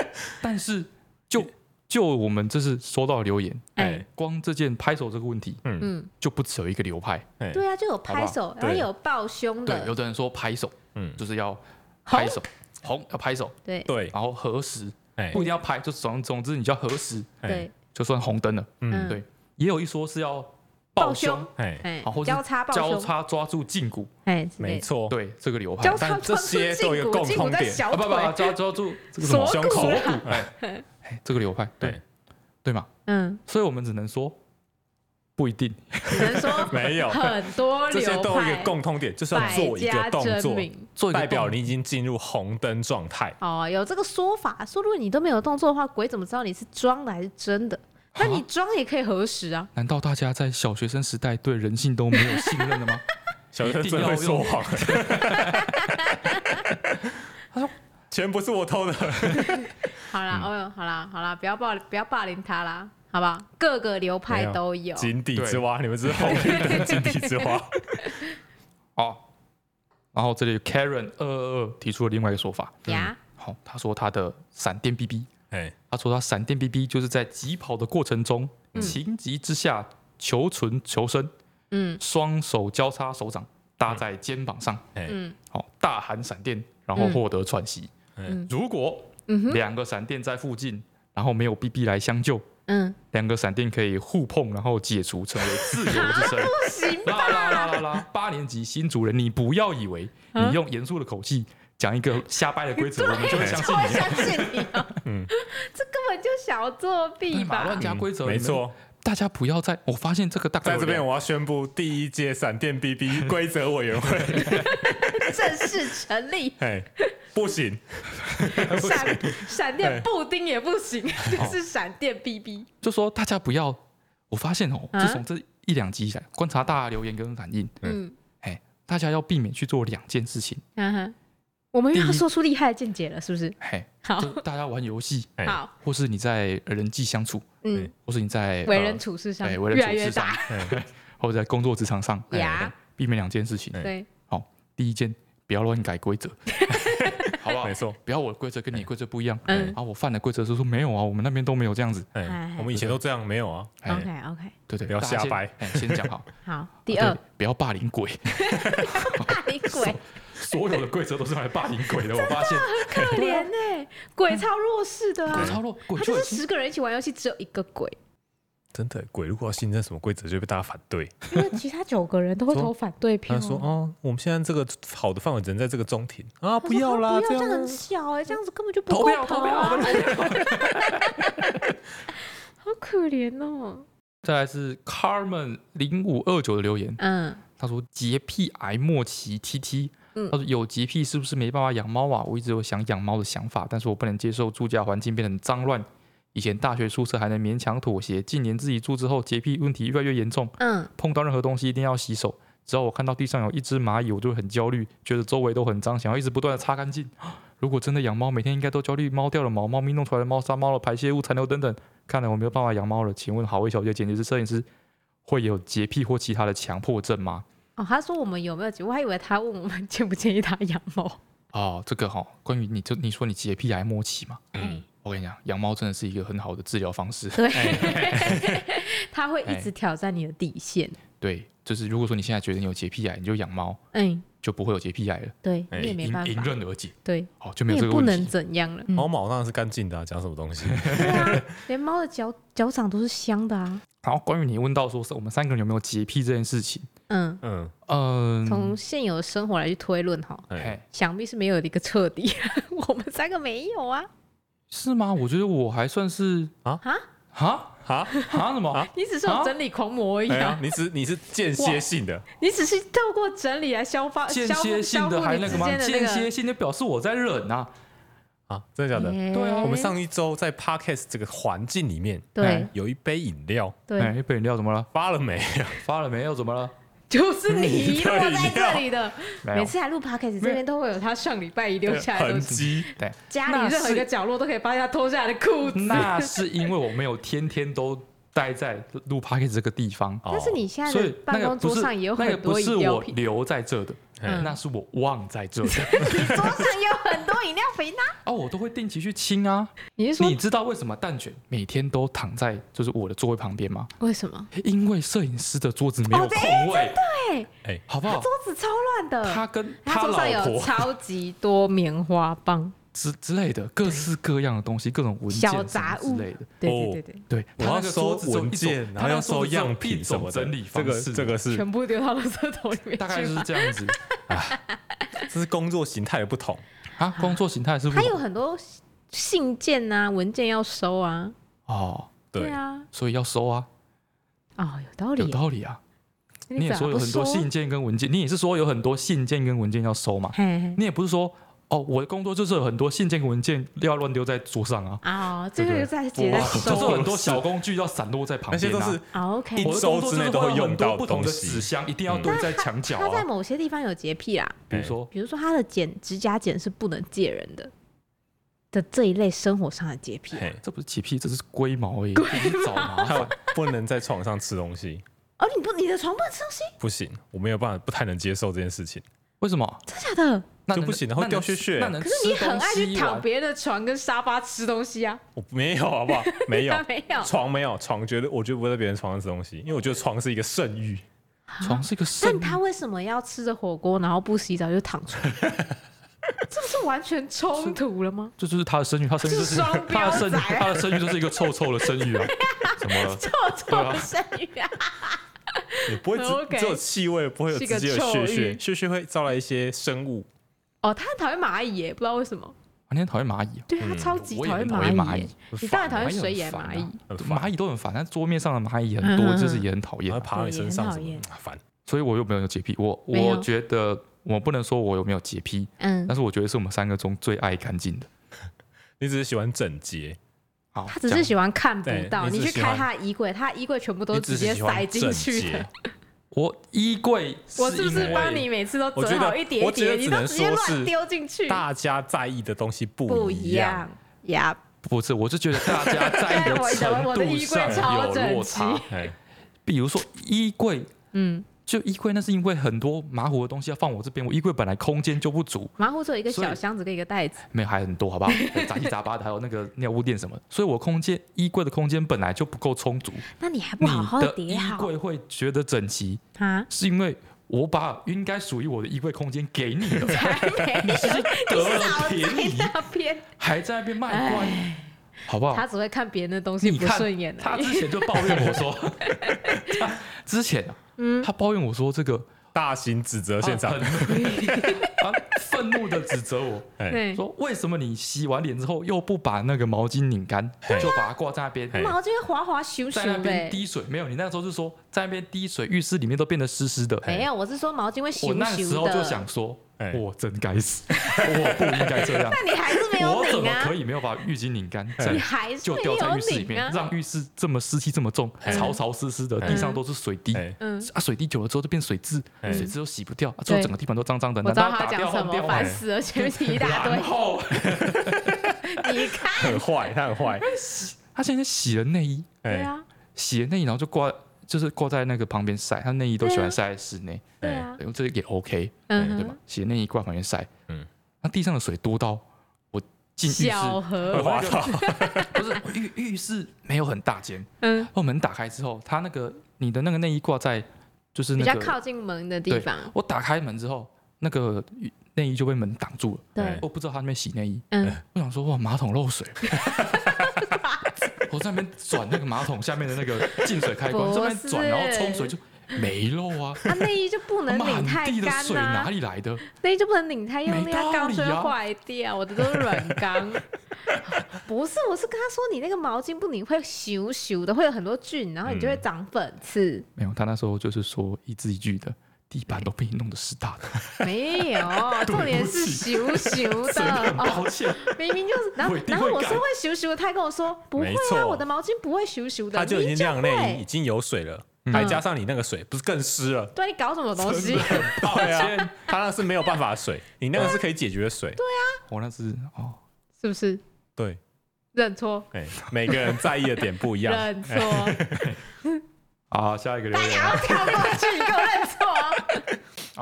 Speaker 1: (laughs) 但是就就我们这是收到的留言，
Speaker 2: 哎，
Speaker 1: 光这件拍手这个问题
Speaker 3: 嗯，
Speaker 2: 嗯，
Speaker 1: 就不只有一个流派，
Speaker 3: 哎
Speaker 2: 对啊，就有拍
Speaker 3: 好
Speaker 2: 手，
Speaker 3: 不好
Speaker 2: 然后
Speaker 3: 对
Speaker 2: 有抱胸
Speaker 1: 对，有
Speaker 2: 的，
Speaker 1: 的人说拍手，
Speaker 3: 嗯
Speaker 1: 就是要拍手，红要拍手，
Speaker 2: 对
Speaker 3: 对，
Speaker 1: 然后核实，
Speaker 3: 哎
Speaker 1: 不一定要拍，就总总之你就要核实，
Speaker 2: 对，
Speaker 1: 就算红灯了。
Speaker 2: 嗯，
Speaker 1: 对也有一说是要
Speaker 2: 抱
Speaker 1: 胸，
Speaker 2: 胸
Speaker 3: 哎，
Speaker 2: 哎
Speaker 1: 好或，是
Speaker 2: 交叉抱
Speaker 1: 交
Speaker 2: 胸，
Speaker 1: 叉抓住胫骨，
Speaker 2: 哎，之类
Speaker 3: 没
Speaker 2: 的，
Speaker 3: 错，
Speaker 1: 对这个流派。
Speaker 2: 交
Speaker 1: 但
Speaker 2: 叉
Speaker 3: 但
Speaker 2: 抓
Speaker 3: 这
Speaker 2: 住
Speaker 3: 些都
Speaker 2: 胫骨，
Speaker 3: 有一个共
Speaker 2: 胫
Speaker 3: 通
Speaker 2: 骨在
Speaker 3: 点哦
Speaker 1: 啊
Speaker 2: 小
Speaker 1: 不不，不
Speaker 2: (laughs) 腿，
Speaker 1: 抓抓住这个什
Speaker 2: 锁
Speaker 1: 么
Speaker 2: 骨
Speaker 3: 胸口
Speaker 2: 啦
Speaker 3: 锁骨哎，
Speaker 1: 哎这个流派，对
Speaker 3: 对
Speaker 1: 对嘛，
Speaker 2: 嗯，
Speaker 1: 所以我们只能说不一定，
Speaker 2: 只能说
Speaker 3: (laughs)
Speaker 2: (laughs)
Speaker 3: 没有
Speaker 2: 很多
Speaker 3: 这些
Speaker 2: 流
Speaker 3: 都有一个
Speaker 2: 派，
Speaker 3: 共通点，就是要
Speaker 2: 百
Speaker 3: 做一个
Speaker 2: 家
Speaker 3: 动
Speaker 2: 争
Speaker 3: 作，
Speaker 2: 鸣。
Speaker 1: 做一个
Speaker 3: 代表
Speaker 1: 动
Speaker 3: 你已经进入红灯状态。
Speaker 2: 哦，有这个说法，说如果你都没有动作的话，鬼怎么知道你是装的还是真的？那你
Speaker 1: 啊
Speaker 2: 装也可以核实啊。
Speaker 1: 难道大家在小学生时代对人性都没有信任了
Speaker 3: (laughs)
Speaker 1: 吗？
Speaker 3: 小学生
Speaker 1: 一
Speaker 3: 最
Speaker 1: 定要
Speaker 3: 会说
Speaker 1: 用
Speaker 3: 谎。 (laughs) 他说：“钱不是我偷的。
Speaker 2: 好
Speaker 3: 嗯
Speaker 2: 啦，哦哟，好啦，好啦，不要霸，不要霸凌他啦，好不好？各个流派都有”，
Speaker 3: 井底
Speaker 1: 对
Speaker 3: 之蛙，你们是
Speaker 2: (laughs)
Speaker 3: 红绿灯井底之
Speaker 1: (laughs)
Speaker 3: 蛙。
Speaker 1: 哦，然后这里 Karen 二二二提出了另外一个说法，嗯
Speaker 2: 呀，
Speaker 1: 好，他说他的闪电 BB，
Speaker 3: 哎，
Speaker 1: 他说他闪电 BB 就是在疾跑的过程中，情急之下求存求生，
Speaker 2: 嗯
Speaker 1: 双手交叉手掌搭在肩膀上，
Speaker 2: 嗯
Speaker 1: 好、大喊闪电，然后获得喘息。
Speaker 3: 嗯
Speaker 1: 如果
Speaker 2: 嗯哼
Speaker 1: 两个闪电在附近，然后没有 BB 来相救，
Speaker 2: 嗯，
Speaker 1: 两个闪电可以互碰，然后解除成为自由
Speaker 2: (laughs)
Speaker 1: 之身。
Speaker 2: 不行
Speaker 1: 啦啦啦啦啦！八年级新主人，你不要以为
Speaker 2: 嗯
Speaker 1: 你用严肃的口气讲一个瞎掰的规
Speaker 2: (laughs)
Speaker 1: 则，我们就会相信
Speaker 2: 我
Speaker 1: 你。
Speaker 2: 相信你啊，
Speaker 3: 嗯
Speaker 2: (laughs) 这根本就小作弊
Speaker 1: 对嘛
Speaker 2: 吧
Speaker 1: 乱？讲规则
Speaker 3: 没错，
Speaker 1: 大家不要再，我发现这个大概
Speaker 3: 在
Speaker 1: 有
Speaker 3: 这边
Speaker 1: 两
Speaker 3: 我要宣布第一届闪电 BB 规则委员
Speaker 2: (laughs)
Speaker 3: 会，
Speaker 1: (laughs)
Speaker 2: 正式成立，
Speaker 3: 哎，不行，
Speaker 2: 闪闪
Speaker 3: 哎
Speaker 2: 电布丁也不行，就是闪电 BB。
Speaker 1: 就说大家不要。我发现哦，
Speaker 2: 啊
Speaker 1: 自从这一两集以来，观察大家留言跟反应，
Speaker 2: 嗯，
Speaker 1: 哎，大家要避免去做两件事情，
Speaker 2: 嗯哼，我们又要
Speaker 1: 第一
Speaker 2: 说出厉害的见解了，是不是？
Speaker 1: 嘿，
Speaker 2: 好
Speaker 1: 就大家玩游戏，
Speaker 3: 哎
Speaker 2: 好，
Speaker 1: 或是你在人际相处，
Speaker 2: 嗯，
Speaker 1: 或是你在
Speaker 2: 为人处事上
Speaker 1: 哎为人
Speaker 2: 越来
Speaker 1: 处
Speaker 2: 越
Speaker 1: 事上
Speaker 2: 大，
Speaker 1: (laughs) 或者在工作职场上，哎
Speaker 2: 呀，
Speaker 1: 避免两件事情。
Speaker 3: 哎
Speaker 2: 对，
Speaker 1: 第一件，不要乱改规则， (laughs) 好不好
Speaker 3: 没？错，
Speaker 1: 不要我的规则跟你的规则不一样，
Speaker 2: 嗯
Speaker 1: 啊，我犯了规则是说没有啊，我们那边都没有这样子。
Speaker 3: 哎
Speaker 2: 哎，
Speaker 3: 我们以前都这样，没有啊，哎，
Speaker 2: ，OK OK，
Speaker 1: 对对，
Speaker 3: 不要
Speaker 1: 大家
Speaker 3: 瞎
Speaker 1: 先
Speaker 3: 掰，
Speaker 1: 哎，先讲好。
Speaker 2: 好， (laughs) 第
Speaker 1: 对
Speaker 2: 二，
Speaker 1: 不要霸凌鬼，
Speaker 2: 大灵
Speaker 1: (laughs)
Speaker 2: 鬼，
Speaker 1: 所有的规则都是用来霸凌鬼的。我
Speaker 2: (laughs)
Speaker 1: 发现
Speaker 2: 可怜呢，鬼超弱势
Speaker 1: (laughs)
Speaker 2: 的
Speaker 1: 鬼
Speaker 2: 啊，
Speaker 1: 超弱，鬼
Speaker 2: 他
Speaker 1: 就
Speaker 2: 就
Speaker 1: 已
Speaker 2: 是
Speaker 1: 经
Speaker 2: 十个人一起玩游戏，只有一个鬼，
Speaker 3: 真的鬼如果要信任什么规则，就被大家反对。
Speaker 2: (laughs)
Speaker 1: 啊
Speaker 2: 因为其他九个人都会
Speaker 3: 说
Speaker 2: 投反对票
Speaker 3: 他
Speaker 2: 啊。
Speaker 3: 说：“哦，我们现在这个好的范围只能在这个中庭啊，
Speaker 2: 他
Speaker 3: 不
Speaker 2: 说
Speaker 3: 要啦，
Speaker 2: 不要这样
Speaker 3: 样
Speaker 2: 很
Speaker 3: 啊
Speaker 2: 小哎，这样子根本就不
Speaker 1: 投
Speaker 2: 够
Speaker 1: 票投
Speaker 2: 投
Speaker 1: 票我
Speaker 2: 啊
Speaker 1: 们，
Speaker 2: (laughs) 好可怜哦。
Speaker 1: 再来是 Carmen 零五二九的留言，
Speaker 2: 嗯，
Speaker 1: 他说洁癖癌末期 TT，
Speaker 2: 嗯
Speaker 1: 他说有洁癖是不是没办法养猫啊？我一直有想养猫的想法，但是我不能接受住家环境变得很脏乱。以前大学宿舍还能勉强妥协，近年自己住之后，洁癖问题越来越严重，
Speaker 2: 嗯，
Speaker 1: 碰到任何东西一定要洗手。只要我看到地上有一只蚂蚁，我就会很焦虑，觉得周围都很脏，想要一直不断的擦干净。 (gasps) 如果真的养猫，每天应该都焦虑猫掉的毛、猫咪弄出来的猫砂、猫的排泄物、残留等等。看来我没有办法养猫了。请问好味小姐，简直是摄影师，会有洁癖或其他的强迫症吗？
Speaker 2: 哦，他说我们有没有？我还以为他问我们 (laughs) 建不建议他养猫。
Speaker 1: 哦，这个哈、关于你就你说你洁癖癌末期嘛， (laughs)
Speaker 2: 嗯，
Speaker 1: 我跟你讲，养猫真的是一个很好的治疗方式。
Speaker 2: 对，
Speaker 1: 哎
Speaker 2: 他会一直挑战你的底线。
Speaker 1: 对，就是如果说你现在觉得你有洁癖癌，你就养猫
Speaker 2: 嗯，
Speaker 1: 就不会有洁癖癌了，
Speaker 2: 对
Speaker 3: 哎
Speaker 2: 你也没
Speaker 1: 迎
Speaker 2: 办
Speaker 1: 迎
Speaker 2: 法，
Speaker 1: 刃而解，
Speaker 2: 对
Speaker 1: 哦，就没
Speaker 2: 你
Speaker 1: 有
Speaker 2: 也
Speaker 1: 这个
Speaker 2: 不
Speaker 1: 问
Speaker 2: 能
Speaker 1: 题。
Speaker 2: 怎样了。
Speaker 3: 猫毛当然是干净的、啊，讲什么东西？
Speaker 2: 对
Speaker 1: 哦
Speaker 2: 啊，连猫的脚脚掌都是香的啊。
Speaker 1: (laughs) 然后关于你问到说是我们三个人有没有洁癖这件事情，
Speaker 2: 嗯， (laughs)
Speaker 3: 嗯，
Speaker 1: 嗯，
Speaker 2: 从现有的生活来去推论哈，
Speaker 3: 哎，
Speaker 1: 嘿
Speaker 2: 想必是没有的一个彻底。 (laughs) 我们三个没有啊，
Speaker 1: 是吗？我觉得我还算是
Speaker 3: 啊
Speaker 2: 啊
Speaker 1: 啊
Speaker 3: 好，
Speaker 1: 啊什么？
Speaker 2: 你只是有
Speaker 1: 啊
Speaker 2: 整理狂魔而已
Speaker 3: 哎
Speaker 2: 啊
Speaker 3: 呀，，你只你是间歇性的，
Speaker 2: 你只是透过整理来消化、
Speaker 1: 间
Speaker 2: 呃消
Speaker 1: 歇性
Speaker 2: 消
Speaker 1: 的
Speaker 2: 化
Speaker 1: 还
Speaker 2: 你
Speaker 1: 那
Speaker 2: 之
Speaker 1: 个吗？
Speaker 2: 间的那
Speaker 1: 间
Speaker 2: 个
Speaker 1: 歇性的表示我在忍啊。
Speaker 3: 啊，真的假的？
Speaker 2: 哎
Speaker 1: 对啊
Speaker 3: 我们上一周在 podcast 这个环境里面，
Speaker 2: 对
Speaker 1: 哎
Speaker 3: 有一杯饮料
Speaker 1: 哎，
Speaker 2: 对，
Speaker 1: 一杯饮料怎么了？
Speaker 3: 发了没？
Speaker 1: 发了没有？怎么了？
Speaker 2: 就是你
Speaker 3: 你
Speaker 2: 落
Speaker 3: 的
Speaker 2: 在这里的。
Speaker 1: 没
Speaker 2: 每
Speaker 1: 有。
Speaker 2: 次来录 podcast 这边都啊会有他上礼拜一留下来的
Speaker 3: 痕
Speaker 2: 东西， (laughs)
Speaker 3: 迹，
Speaker 1: 对，
Speaker 2: 家里任何一个角落都可以发现他脱下来的裤子。
Speaker 1: (laughs) 那是因为我没有天天都待在录 p a r k 这个地方，
Speaker 2: 但
Speaker 3: 哦
Speaker 2: 是你现在
Speaker 1: 所
Speaker 2: 的
Speaker 1: 以那
Speaker 2: 办
Speaker 1: 个
Speaker 2: 公
Speaker 1: 不
Speaker 2: 桌
Speaker 1: 是
Speaker 2: 上也有
Speaker 1: 那个
Speaker 2: 很
Speaker 1: 不
Speaker 2: 多
Speaker 1: 是
Speaker 2: 饮料 (laughs)
Speaker 1: 我
Speaker 2: 瓶，
Speaker 1: 留在这的，
Speaker 2: 嗯
Speaker 1: 那是我忘在这的。
Speaker 2: (laughs) 你桌上也有很多饮料瓶啊。
Speaker 1: 哦，我都会定期去清啊。
Speaker 2: 你是
Speaker 1: 你
Speaker 2: 说
Speaker 1: 知道为什么蛋卷每天都躺在就是我的座位旁边吗？
Speaker 2: 为什么？
Speaker 1: 因为摄影师的桌子没有空
Speaker 2: 哦
Speaker 1: 位，
Speaker 2: 对，
Speaker 3: 哎，
Speaker 1: 好不好？
Speaker 2: 桌子超乱的。
Speaker 1: 他跟
Speaker 2: 他桌
Speaker 1: 老
Speaker 2: 上有
Speaker 1: 婆
Speaker 2: 超级多棉花棒，
Speaker 1: 之之类的各式各样的东西，各种文件
Speaker 2: 小
Speaker 1: 什么
Speaker 2: 杂物
Speaker 1: 之类的。
Speaker 2: 对
Speaker 3: 哦
Speaker 2: 对对对，
Speaker 1: 对，
Speaker 3: 我
Speaker 1: 他
Speaker 3: 要
Speaker 1: 那个
Speaker 3: 收
Speaker 1: 桌子只有一
Speaker 3: 文
Speaker 1: 种
Speaker 3: 件，
Speaker 1: 他
Speaker 3: 然后
Speaker 1: 那
Speaker 3: 要
Speaker 1: 个桌
Speaker 3: 收
Speaker 1: 子只有
Speaker 3: 样
Speaker 1: 一
Speaker 3: 品什
Speaker 1: 种
Speaker 3: 么的
Speaker 1: 整理
Speaker 3: 这
Speaker 1: 方
Speaker 3: 个
Speaker 1: 式，
Speaker 3: 这个是
Speaker 2: 全部丢到垃圾桶里面去。
Speaker 1: 大概就是这样子
Speaker 3: 这是工作形态的不同，
Speaker 1: 啊。工作形态是不
Speaker 2: 还有很多信件啊、文件要收啊。
Speaker 1: 哦，
Speaker 3: 对，
Speaker 2: 啊，
Speaker 1: 所以要收啊，
Speaker 2: 哦，有道理
Speaker 1: 有
Speaker 2: 耶。
Speaker 1: 道理啊。
Speaker 2: 那
Speaker 1: 你也
Speaker 2: 咋
Speaker 1: 说有
Speaker 2: 不
Speaker 1: 很多
Speaker 2: 收啊
Speaker 1: 信件跟文件，你也是说有很多信件跟文件要收嘛？
Speaker 2: 嘿嘿
Speaker 1: 你也不是说哦，我的工作就是有很多信件跟文件要乱丢在桌上啊。
Speaker 2: 啊，这个
Speaker 3: 对
Speaker 2: 就
Speaker 3: 对
Speaker 2: 在姐在
Speaker 1: 就是有
Speaker 2: 收
Speaker 1: 很多小工具要散落在旁
Speaker 3: 那些
Speaker 1: 边、啊，
Speaker 3: 都是
Speaker 2: 啊，OK
Speaker 3: 一。
Speaker 1: 我的工作就是会有很多不同的
Speaker 3: 一周之内都会用到的东西嗯
Speaker 1: 纸箱，一定要堆在墙角
Speaker 2: 他在
Speaker 1: 啊。
Speaker 2: 某些地方有洁癖啦，
Speaker 1: 比如说，
Speaker 2: 比如说他的剪指甲剪是不能借人的的这一类生活上的洁癖。
Speaker 3: 嘿，
Speaker 1: 这不是起屁，这是龟毛而已，自己找麻
Speaker 3: 还有
Speaker 1: 烦。
Speaker 3: 不能在床上吃东西， (laughs)
Speaker 2: 哦，你不，你的床不能吃东西，
Speaker 3: 不行，我没有办法，不太能接受这件事情。
Speaker 1: 为什么？
Speaker 2: 真假的？
Speaker 1: 那
Speaker 3: 就
Speaker 1: 能
Speaker 3: 不行然后
Speaker 1: 那能
Speaker 3: 掉屑屑
Speaker 1: 那能
Speaker 2: 可是你
Speaker 1: 吃
Speaker 2: 很
Speaker 1: 东
Speaker 2: 爱去
Speaker 1: 西
Speaker 2: 躺
Speaker 1: 玩
Speaker 2: 别人的床跟沙发吃东西啊？
Speaker 3: 我没有，好
Speaker 2: (laughs)
Speaker 3: 不好？没有
Speaker 2: 他，没有，
Speaker 3: 床没有，床绝对我绝对不会在别人床上吃东西，因为我觉得床是一个圣域。
Speaker 1: 床是一个圣
Speaker 2: 但
Speaker 1: 域，
Speaker 2: 他为什么要吃着火锅然后不洗澡就躺
Speaker 1: (laughs)
Speaker 2: 床？这不是完全冲突了吗？
Speaker 1: 这就是他的生育，他生育就
Speaker 2: 这
Speaker 1: 是
Speaker 2: 是双标
Speaker 1: 他的生育，
Speaker 2: 仔啊
Speaker 1: 他的生育就是一个臭臭的生育啊。 (laughs) 怎么了？
Speaker 2: 臭臭的声音啊！
Speaker 3: 也不
Speaker 2: (laughs)
Speaker 3: 会
Speaker 2: OK
Speaker 3: 只只有气味，不会有
Speaker 2: 是个
Speaker 3: 直接有
Speaker 2: 臭
Speaker 3: 血
Speaker 2: 鱼
Speaker 3: 血，血血会招来一些生物。
Speaker 2: 哦，他很讨厌蚂蚁耶，不知道为什么。
Speaker 1: 我很讨厌蚂蚁啊，
Speaker 2: 对他
Speaker 3: 嗯
Speaker 2: 超级
Speaker 1: 我也
Speaker 2: 讨厌
Speaker 1: 很讨厌
Speaker 2: 蚂
Speaker 1: 蚂
Speaker 2: 蚁
Speaker 1: 蚁
Speaker 2: 耶，
Speaker 3: 很
Speaker 2: 你
Speaker 3: 烦
Speaker 2: 当然讨厌
Speaker 1: 蚂蚁
Speaker 2: 水
Speaker 1: 很
Speaker 2: 也
Speaker 1: 烦啊
Speaker 2: 蚂蚁，
Speaker 3: 很烦
Speaker 1: 蚂蚁都很烦，但啊桌面上的蚂蚁很
Speaker 2: 嗯嗯
Speaker 1: 多，
Speaker 2: 嗯
Speaker 1: 就是也很讨厌
Speaker 3: 然后
Speaker 1: 啊。
Speaker 3: 爬到你身上什
Speaker 2: 对也
Speaker 3: 么
Speaker 2: 很
Speaker 3: 啊烦。
Speaker 1: 所以我有没有洁癖？我
Speaker 2: 没有
Speaker 1: 我觉得我不能说我有没有洁癖，
Speaker 2: 嗯
Speaker 1: 但，是我觉得是我们三个中最爱干净的。
Speaker 3: 你只是喜欢整洁，
Speaker 1: 好，
Speaker 2: 他只
Speaker 1: 这
Speaker 2: 是
Speaker 1: 样
Speaker 2: 喜欢看不到，
Speaker 3: 对
Speaker 2: 你
Speaker 3: 你只
Speaker 2: 去
Speaker 3: 喜
Speaker 2: 开
Speaker 3: 欢
Speaker 2: 他的衣柜，他的衣柜全部都
Speaker 3: 你
Speaker 2: 是
Speaker 3: 只
Speaker 2: 直
Speaker 3: 是
Speaker 2: 接
Speaker 3: 喜欢
Speaker 2: 塞进
Speaker 3: 整
Speaker 2: 去的 (laughs)
Speaker 1: (laughs)
Speaker 3: 洁。。
Speaker 1: 我衣柜
Speaker 2: 我是不
Speaker 1: 因
Speaker 2: 是
Speaker 1: 为
Speaker 2: 帮你每次都
Speaker 3: 我
Speaker 2: 折
Speaker 3: 觉得
Speaker 2: 好一叠一
Speaker 3: 我觉
Speaker 2: 叠，
Speaker 3: 得
Speaker 2: 你
Speaker 3: 只
Speaker 2: 都
Speaker 3: 能
Speaker 2: 直接
Speaker 3: 说
Speaker 2: 乱
Speaker 3: 是
Speaker 2: 丢进去？
Speaker 3: (laughs) 大家在意的东西
Speaker 2: 不
Speaker 3: 不
Speaker 2: 一
Speaker 3: 样
Speaker 2: 样。呀！
Speaker 1: 不是？我是觉得大家在意
Speaker 2: 对 (laughs) 我的
Speaker 1: 的程
Speaker 2: 我的
Speaker 1: 度
Speaker 2: 衣柜超
Speaker 1: 上有
Speaker 2: 整
Speaker 1: 落差
Speaker 2: 齐。
Speaker 3: 哎，
Speaker 1: 比如说衣柜，
Speaker 2: 嗯，
Speaker 1: 就衣柜那是因为很多马虎的东西要放我这边，我衣柜本来空间就不足，
Speaker 2: 马虎只有一个
Speaker 1: 所以
Speaker 2: 小箱子跟一个袋子，
Speaker 1: 没有还很多，好
Speaker 2: (laughs)
Speaker 1: 不好？杂七杂八的，还有那个尿布垫什么的，所以我空间衣柜的空间本来就不够充足。
Speaker 2: 那你还不
Speaker 1: 你
Speaker 2: 好好
Speaker 1: 的
Speaker 2: 叠
Speaker 1: 衣
Speaker 2: 好
Speaker 1: 柜会觉得整齐， (laughs)
Speaker 2: 啊？
Speaker 1: 是因为我把应该属于我的衣柜空间给你
Speaker 2: (laughs)
Speaker 1: 了，
Speaker 2: 还没
Speaker 1: (laughs) 你是不是得了
Speaker 2: 好
Speaker 1: 便
Speaker 2: 在
Speaker 1: 宜，
Speaker 2: 那边，
Speaker 1: 还在那边卖乖，好不好？
Speaker 2: 他只会看别人的东西
Speaker 1: 哦你
Speaker 2: 不
Speaker 1: 看
Speaker 2: 顺眼
Speaker 1: 他
Speaker 2: 而已。
Speaker 1: 之前就抱怨
Speaker 2: (laughs)
Speaker 1: 我说，他之前啊，
Speaker 2: 嗯
Speaker 1: 他抱怨我说这个
Speaker 3: 大型指责现场
Speaker 1: 啊，很 (laughs) 啊愤怒的指责我
Speaker 3: 哎，
Speaker 2: 对，
Speaker 1: 说，为什么你洗完脸之后又不把那个毛巾拧干，
Speaker 3: 嘿
Speaker 1: 就把它挂在那边？
Speaker 3: 嘿
Speaker 2: 毛巾滑滑咻
Speaker 1: 在那
Speaker 2: 咻
Speaker 1: 边
Speaker 2: 的，
Speaker 1: 滴水没有，你那时候是说在那边滴水，浴室里面都变得湿湿的。
Speaker 2: 没有，我是说毛巾会咻
Speaker 1: 我那时
Speaker 2: 咻
Speaker 1: 候就
Speaker 2: 的
Speaker 1: 想。说
Speaker 3: 哎，
Speaker 1: 我真该死， (laughs) 我不应该这样，
Speaker 2: 那你还是 (laughs) 没有
Speaker 1: 我怎
Speaker 2: 拧
Speaker 1: 么
Speaker 2: 啊
Speaker 1: 可？以没有把浴巾拧干？这
Speaker 3: 哎
Speaker 1: 样
Speaker 2: 你还是
Speaker 1: 就
Speaker 2: 没
Speaker 1: 掉在
Speaker 2: 有
Speaker 1: 浴室里
Speaker 2: 拧
Speaker 1: 面，
Speaker 2: 啊？
Speaker 1: 让浴室这么湿气这么重，
Speaker 3: 嗯
Speaker 1: 潮潮湿湿的，地上都是水滴。
Speaker 3: (laughs) 哎，
Speaker 2: 嗯，
Speaker 1: 啊，水滴久了之后就变水渍，
Speaker 3: 嗯
Speaker 1: 水渍又洗不掉，啊，最后
Speaker 2: 对
Speaker 1: 整个地板都脏脏的。
Speaker 2: 我知道
Speaker 1: 难道
Speaker 2: 他
Speaker 1: 打
Speaker 2: 讲
Speaker 1: 掉
Speaker 2: 什
Speaker 1: 换
Speaker 2: 么，
Speaker 1: 掉
Speaker 2: 烦
Speaker 1: 吗
Speaker 2: 死了，前面提一大堆
Speaker 1: 然。后
Speaker 2: 你看，
Speaker 3: 很坏，他很坏。
Speaker 1: 他现在洗了内衣，
Speaker 2: 对
Speaker 3: 哎，
Speaker 2: 啊，
Speaker 1: 洗了内衣，然后就挂，就是挂在那个旁边晒。他内衣都喜欢晒在室内，
Speaker 2: 对啊，
Speaker 1: 对这也 OK，
Speaker 2: 嗯
Speaker 1: 哎对吧
Speaker 2: 哼，？
Speaker 1: 洗了内衣挂旁边晒，嗯
Speaker 3: 嗯，
Speaker 1: 那地上的水多到我进浴室，
Speaker 2: 小
Speaker 3: 哎会
Speaker 2: 河，
Speaker 3: 滑倒，
Speaker 2: 啊
Speaker 3: (laughs)
Speaker 1: 不是我浴浴室没有很大间，
Speaker 2: 嗯，
Speaker 1: 后门打开之后，他那个你的那个内衣挂在就是
Speaker 2: 比
Speaker 1: 那
Speaker 2: 较
Speaker 1: 个
Speaker 2: 靠近门的地方，
Speaker 1: 我打开门之后，那个浴内衣就被门挡住了。
Speaker 2: 对
Speaker 3: 对，
Speaker 1: 我不知道他那边洗内衣，
Speaker 2: 嗯，
Speaker 1: 我想说哇，马桶漏水。 (laughs) 我在那边转那个马桶下面的那个进水开关，
Speaker 2: 不
Speaker 1: 在那边转，
Speaker 2: 是
Speaker 1: 然后冲水就，哎、没肉啊，
Speaker 2: 啊，内衣就
Speaker 1: (laughs)
Speaker 2: 不能
Speaker 1: 妈
Speaker 2: 领太
Speaker 1: 满地的
Speaker 2: 干啊
Speaker 1: 水
Speaker 2: 呐、
Speaker 1: 哪里来的？
Speaker 2: 内衣就不能领太用
Speaker 1: 没
Speaker 2: 力啊，
Speaker 1: 道
Speaker 2: 钢
Speaker 1: 理
Speaker 2: 圈
Speaker 1: 啊
Speaker 2: 坏掉，我的都是软
Speaker 1: (laughs)
Speaker 2: 钢。不是，我是跟他说，你那个毛巾不拧会咻咻的，会有很多菌，然后你就会
Speaker 3: 嗯
Speaker 2: 长粉刺。
Speaker 1: 没有，他那时候就是说一字一句的，地板都被你弄得湿哒
Speaker 2: 哦
Speaker 1: 哒，
Speaker 2: 没
Speaker 1: (laughs)
Speaker 2: 有，重点是咻咻
Speaker 1: 真的
Speaker 2: 的
Speaker 1: 很
Speaker 2: 哦，
Speaker 1: 抱歉。
Speaker 2: 明明就是，然后
Speaker 1: 我一定
Speaker 2: 然后
Speaker 1: 会
Speaker 2: 我是
Speaker 1: 改
Speaker 2: 会咻咻的，他还跟我说不会
Speaker 3: 没
Speaker 2: 啊，
Speaker 3: 错
Speaker 2: 我的毛巾不会咻咻的，
Speaker 3: 它就已
Speaker 2: 你
Speaker 3: 经晾内衣，
Speaker 2: 会
Speaker 3: 已经有水了，
Speaker 1: 嗯
Speaker 3: 还加上你那个水，不是更湿了？
Speaker 2: 对你搞什么东西
Speaker 1: 真？的很抱
Speaker 3: 对
Speaker 1: 歉，
Speaker 3: 啊，它那是没有办法的水，你那个是可以解决的水。
Speaker 1: 我那是哦，
Speaker 2: 是不是
Speaker 3: 对，
Speaker 2: 认错？
Speaker 3: 哎，每个人在意的点不一样。哎
Speaker 2: 认
Speaker 1: (laughs)
Speaker 2: 错，
Speaker 1: 啊，下一个留
Speaker 2: 大
Speaker 1: 言
Speaker 2: 家要跳过去，你给我认
Speaker 1: (laughs)
Speaker 2: 错啊。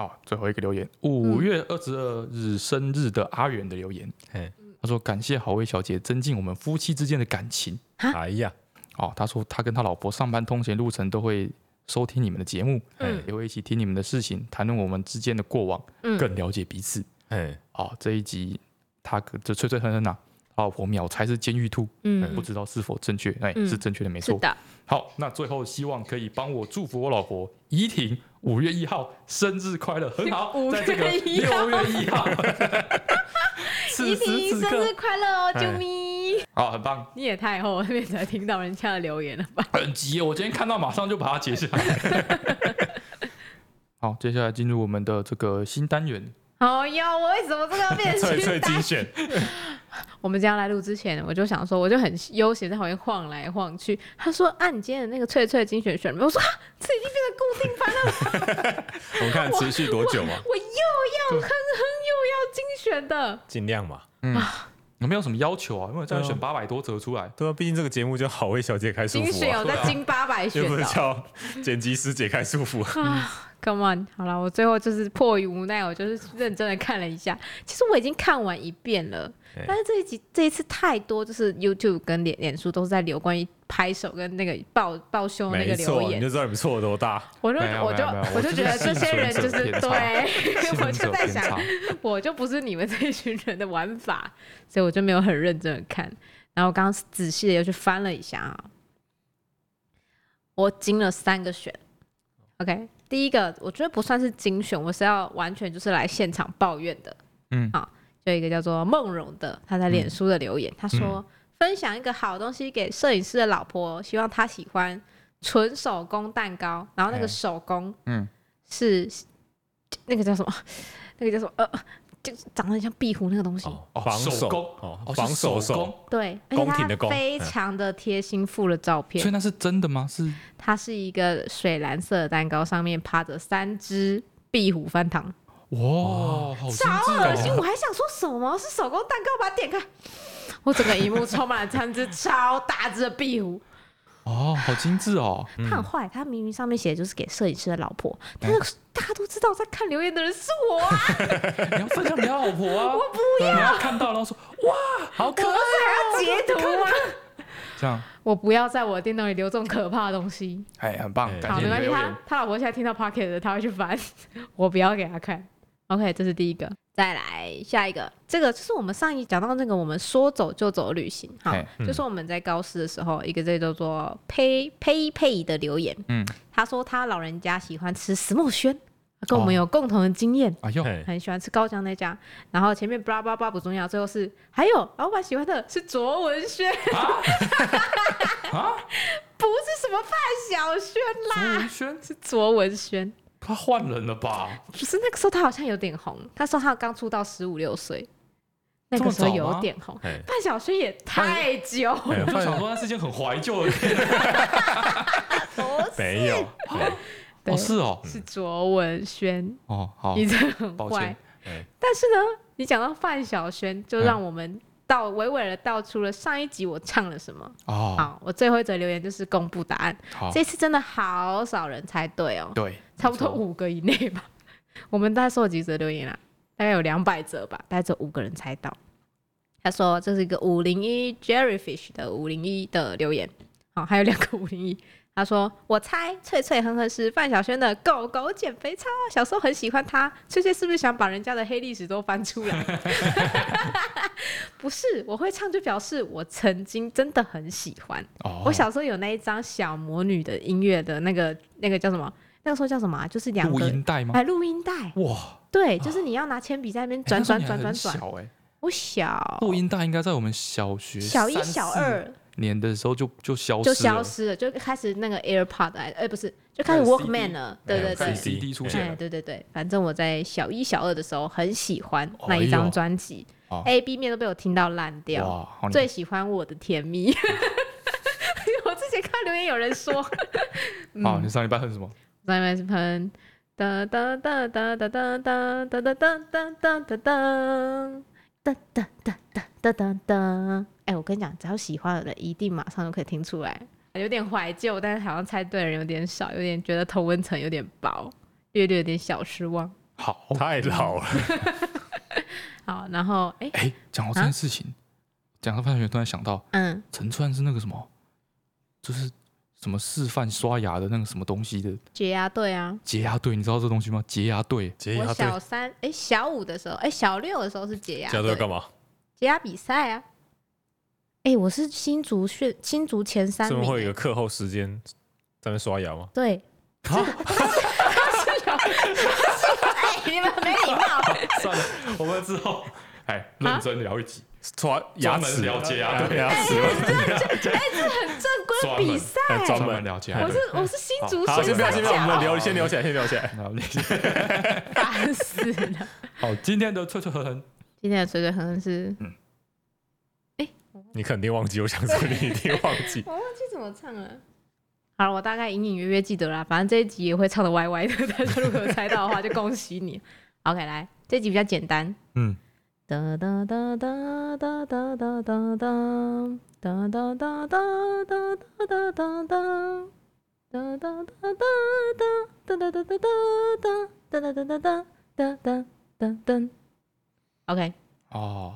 Speaker 1: 哦，最后一个留言，五
Speaker 2: 嗯
Speaker 1: 月二十二日生日的阿远的留言，
Speaker 3: 嘿
Speaker 1: 他说感谢好味小姐增进我们夫妻之间的感情。
Speaker 2: 啊
Speaker 3: 哎呀，
Speaker 1: 哦，他说他跟他老婆上班通勤路程都会收听你们的节目，
Speaker 2: 嗯
Speaker 1: 也会一起听你们的事情，谈论我们之间的过往，
Speaker 2: 嗯
Speaker 1: 更了解彼此。
Speaker 2: (laughs)
Speaker 3: 哎，
Speaker 1: 哦，这一集他可这吹吹哼哼啊，他老婆秒猜是监狱兔，
Speaker 2: 嗯
Speaker 1: 哎不知道是否正确，哎、
Speaker 2: 嗯
Speaker 1: 是正确的，没
Speaker 2: 是
Speaker 1: 错。
Speaker 2: 的，
Speaker 1: 好，那最后希望可以帮我祝福我老婆怡婷五月一号生日快乐，很
Speaker 2: (laughs) ，
Speaker 1: 好
Speaker 2: 五
Speaker 1: 在这个
Speaker 2: 月一号
Speaker 1: 六月
Speaker 2: (laughs)
Speaker 1: 一号，
Speaker 2: 怡
Speaker 1: 此时
Speaker 2: 婷
Speaker 1: 此
Speaker 2: 生日
Speaker 1: 刻，
Speaker 2: 快乐哦，
Speaker 3: 哎
Speaker 2: 啾咪！
Speaker 1: 好，很棒，
Speaker 2: (laughs) 你也太厚面才听到人家的留言了 (laughs) 吧？
Speaker 1: 很急，我今天看到马上就把它截下来。
Speaker 2: (laughs)
Speaker 1: 好，接下来进入我们的这个新单元，
Speaker 2: 哦哟，我为什么这个要
Speaker 1: (laughs)
Speaker 2: 变
Speaker 3: 脆
Speaker 2: 清
Speaker 3: 脆
Speaker 2: 单
Speaker 3: 精？选，
Speaker 2: 我们今天要来录之前，我就想说，我就很悠闲在旁边晃来晃去。他说：“啊，你今天的那个脆脆精选选了没有？”我说：“啊，这已经变成固定版了，
Speaker 3: (laughs) 我们看持续多久嘛？
Speaker 2: 我又要哼哼，又要精选的。
Speaker 3: 尽量嘛。
Speaker 1: 有没有什么要求啊？因为这样
Speaker 3: 对啊
Speaker 1: 选八百多
Speaker 2: (laughs)
Speaker 1: 折出来，
Speaker 3: 对啊，毕竟这个节目叫好味小姐开束
Speaker 2: 精
Speaker 3: 缚
Speaker 2: 选
Speaker 3: 啊
Speaker 2: 有，在金八百选
Speaker 3: 又不是
Speaker 2: 的。”
Speaker 3: 叫剪辑师解开束缚。
Speaker 2: (laughs) 啊，Come on，好了，我最后就是迫于无奈，我就是认真的看了一下。其实我已经看完一遍了
Speaker 1: 哎
Speaker 3: 对，
Speaker 2: 但是这一集这一次太多，就是 YouTube 跟脸脸书都是在留关于拍手跟那个抱抱胸的那个
Speaker 3: 没
Speaker 2: 留
Speaker 3: 错，你
Speaker 2: 言，
Speaker 3: 就知道你们错有多大。
Speaker 2: 我就
Speaker 1: 没有
Speaker 2: 我就
Speaker 1: 没有没有
Speaker 2: 我
Speaker 1: 我
Speaker 2: 就
Speaker 1: 就
Speaker 2: 觉
Speaker 1: 是
Speaker 2: 得这
Speaker 1: 幸
Speaker 2: 些
Speaker 1: 存
Speaker 2: 人
Speaker 1: 者
Speaker 2: 就是
Speaker 1: 偏差
Speaker 2: 对， (laughs) 我
Speaker 1: 幸存
Speaker 2: 就
Speaker 1: 者
Speaker 2: 在
Speaker 1: 偏
Speaker 2: 想，
Speaker 1: 差。
Speaker 2: (laughs) 我就不是你们这一群人的玩法， (laughs) 所以我就没有很认真的看。然后我刚刚仔细的又去翻了一下啊，我精了三个选。OK，第一个我觉得不算是精选，我是要完全就是来现场抱怨的。
Speaker 1: 嗯
Speaker 2: 好，就有一个叫做梦荣的，他在脸书的留言，他
Speaker 1: 嗯
Speaker 2: 说、分享一个好东西给摄影师的老婆，希望她喜欢纯手工蛋糕，然后那个
Speaker 1: 哎
Speaker 2: 手工
Speaker 1: 嗯，
Speaker 2: 是那个叫什么？ (laughs) 那个叫什么？呃，就是长得很像壁虎那个东西。
Speaker 1: 哦
Speaker 3: 防
Speaker 1: 手
Speaker 3: 守
Speaker 1: 工
Speaker 3: 哦
Speaker 1: 哦，，
Speaker 3: 防
Speaker 1: 是
Speaker 3: 守
Speaker 1: 手
Speaker 3: 手
Speaker 1: 工，
Speaker 2: 对，而且
Speaker 3: 宫廷
Speaker 2: 它
Speaker 3: 的宫
Speaker 2: 非常的贴心附了照
Speaker 1: 所以
Speaker 2: 片。
Speaker 1: 那是真的吗？是
Speaker 2: 它是一个水蓝色的蛋糕，上面趴着三只壁虎翻糖，
Speaker 1: 哇，哦好精
Speaker 2: 超
Speaker 1: 致
Speaker 2: 恶心！
Speaker 1: 哦！
Speaker 2: 我还想说什么是手工蛋糕，把它点开， (laughs) 我整个荧幕充满了三只超大只的壁虎。
Speaker 1: 哦，好精致哦！
Speaker 2: 他很坏，他明明上面写的就是给摄影师的老婆，但是大家都知道在看留言的人是我 (laughs) 啊，
Speaker 1: (laughs) 你要分享给他老婆
Speaker 2: (laughs)
Speaker 1: 啊！我不要，你要看到然后说哇，好可
Speaker 2: 我不
Speaker 1: 爱，
Speaker 2: 是还要截图吗？
Speaker 1: 这样
Speaker 2: 我不要在我的电脑里留这种可怕的东西。
Speaker 1: 哎，很棒，
Speaker 3: 哎
Speaker 1: 感
Speaker 2: 好，
Speaker 1: 谢
Speaker 2: 没关系，
Speaker 1: 你的留
Speaker 2: 他
Speaker 1: 言。
Speaker 2: 他老婆现在听到 Pocket 的，他会去翻， (laughs) 我不要给他看。OK，这是第一个，再来下一个，这个就是我们上一讲到那个我们说走就走的旅行，好
Speaker 1: 嘿，
Speaker 3: 嗯
Speaker 2: 就是我们在高师的时候，一个这叫做呸呸呸的留言，
Speaker 1: 嗯，
Speaker 2: 他说他老人家喜欢吃石墨轩，跟我
Speaker 1: 哦
Speaker 2: 们有共同的经验。
Speaker 1: 哎呦，
Speaker 3: 嘿
Speaker 2: 很喜欢吃高粱那家，然后前面巴拉巴拉巴拉不重要，最后是还有老板喜欢的是卓文萱，
Speaker 1: 啊
Speaker 2: (laughs) 不是什么范晓萱
Speaker 1: 朱
Speaker 2: 啦，
Speaker 1: 文轩
Speaker 2: (laughs) 是卓文萱。
Speaker 1: 他换人了吧？
Speaker 2: 不是那个时候他好像有点红，他说他刚出道十五六岁，那个时候
Speaker 1: 这么早吗
Speaker 2: 有点红。
Speaker 3: 哎
Speaker 2: 范晓萱也太久了，
Speaker 3: 哎
Speaker 1: 我就想说，他是一件很怀旧的店
Speaker 3: 没有，哎
Speaker 2: (laughs) 对
Speaker 1: 哦，是哦，
Speaker 2: 是卓文萱，
Speaker 1: 哦，好
Speaker 2: 你，真的很
Speaker 1: 抱
Speaker 2: 坏
Speaker 1: 歉。
Speaker 3: 哎
Speaker 2: 但是呢，你讲到范晓萱，就
Speaker 1: 哎
Speaker 2: 让我们到娓娓的道出了上一集我唱了什么。
Speaker 1: 哦，
Speaker 2: 好，我最后一则留言就是公布答案，
Speaker 1: 好，
Speaker 2: 这次真的好少人猜对哦，
Speaker 1: 对，
Speaker 2: 差不多
Speaker 1: 没错
Speaker 2: 五个以内吧。 (laughs) 我们大概收了几则留言啊？大概有两百则吧，大概只有五个人猜到。他说这是一个五零一 Jerryfish 的五零一的留言，好、还有两个五零一。他说我猜翠翠哼哼是范晓萱的狗狗减肥操，小时候很喜欢她。翠翠是不是想把人家的黑历史都翻出 (laughs) 来？不是，我会唱就表示我曾经真的很喜欢。
Speaker 1: 哦，
Speaker 2: 我小时候有那一张小魔女的音乐的那个那个叫什么？那个时候叫什么啊、就是两
Speaker 1: 录
Speaker 2: 个
Speaker 1: 音带吗？
Speaker 2: 哎录音带，
Speaker 1: 哇，
Speaker 2: 对，就是你要拿铅笔在那边
Speaker 1: 哎
Speaker 2: 转
Speaker 1: 那时候
Speaker 2: 转
Speaker 1: 你还
Speaker 2: 转转
Speaker 1: 很
Speaker 2: 转。
Speaker 1: 小哎，
Speaker 2: 我小
Speaker 1: 录音带应该在我们小学
Speaker 2: 小一
Speaker 1: 三
Speaker 2: 小
Speaker 1: 四
Speaker 2: 二
Speaker 1: 年的时候就就消
Speaker 2: 就
Speaker 1: 失
Speaker 2: 消
Speaker 1: 了，
Speaker 2: 失了，就开始那个 AirPod 哎，呃不是，就开始
Speaker 1: 开始
Speaker 2: Walkman
Speaker 1: CD
Speaker 2: 了，
Speaker 1: 哎
Speaker 2: 对对
Speaker 1: 开
Speaker 2: 对
Speaker 1: 始。CD 出现
Speaker 2: 哎，
Speaker 1: 了，
Speaker 2: 对对对，反正我在小一、小二的时候很喜欢
Speaker 1: 哦
Speaker 2: 那一
Speaker 1: 哎
Speaker 2: 张
Speaker 1: 呦
Speaker 2: 专辑、
Speaker 1: 哦
Speaker 2: a B 面都被我听到烂掉。
Speaker 1: 哇，好
Speaker 2: 最喜欢我的甜蜜， (laughs) 哎我之前看留言有人说，嗯
Speaker 1: 好，你上礼拜恨什么？
Speaker 2: 在那边喷，哒哒哒哒哒哒哒哒哒哒哒哒哒哒哒哒哒哒哒哒。哎，我跟你讲，只要喜欢的人，一定马上就可以听出来。有点怀旧，但是好像猜对的人有点少，有点觉得同温层有点薄，略略有点小失望。
Speaker 1: 好，
Speaker 3: 太老了，
Speaker 2: 好，然后哎，
Speaker 1: 哎，讲到这件事情，讲到范学突然想到，
Speaker 2: 嗯，
Speaker 1: 陈川是那个什么，就是什么示范刷牙的那个什么东西的
Speaker 2: 解压队啊，
Speaker 1: 洁牙队，你知道这东西吗？洁牙队，
Speaker 3: 解
Speaker 2: 我
Speaker 3: 压队，
Speaker 2: 小三哎小五的时候，哎小六的时候是解压
Speaker 3: 解压队干嘛？
Speaker 2: 解压比赛啊。哎，我是新竹炫新竹前三
Speaker 3: 是不
Speaker 2: 名
Speaker 3: 是
Speaker 2: 欸、
Speaker 3: 会有一个课后时间在那边刷牙吗？ (laughs)
Speaker 2: 对，哎，你们没礼貌。
Speaker 1: 算了，我们之后哎认真聊一集，
Speaker 3: 刷牙
Speaker 1: 专门
Speaker 3: 齿
Speaker 1: 了解牙
Speaker 2: 啊
Speaker 1: 队
Speaker 3: 对牙齿，
Speaker 2: 哎正规比赛，
Speaker 3: 哎专
Speaker 1: 专门
Speaker 3: 门
Speaker 1: 了解。
Speaker 2: 我是我是新竹
Speaker 3: 好，
Speaker 2: 学
Speaker 3: 先不要，
Speaker 2: 生
Speaker 3: 先不要，我们
Speaker 2: 奖，
Speaker 3: 聊，先
Speaker 2: 哎
Speaker 3: 聊起来，先聊起来。
Speaker 1: 好
Speaker 3: (laughs)
Speaker 2: 烦死了。
Speaker 1: 好，今天的脆脆和很
Speaker 2: 今天的水水可能是。
Speaker 3: 你肯定忘记，我想说你一定忘记
Speaker 2: (laughs) 我忘记哦怎么唱啊了。好了，我大概隐隐约约记得啦，反正这一集也会唱的歪歪的， (laughs) 大家如果有猜到的话，就恭喜你。OK，来，这集比较简单。
Speaker 1: 嗯，
Speaker 2: 哒哒哒哒哒哒哒哒哒哒哒哒哒哒哒哒哒哒哒哒哒哒哒哒哒哒哒哒哒哒哒哒哒哒哒哒。OK，
Speaker 1: 哦，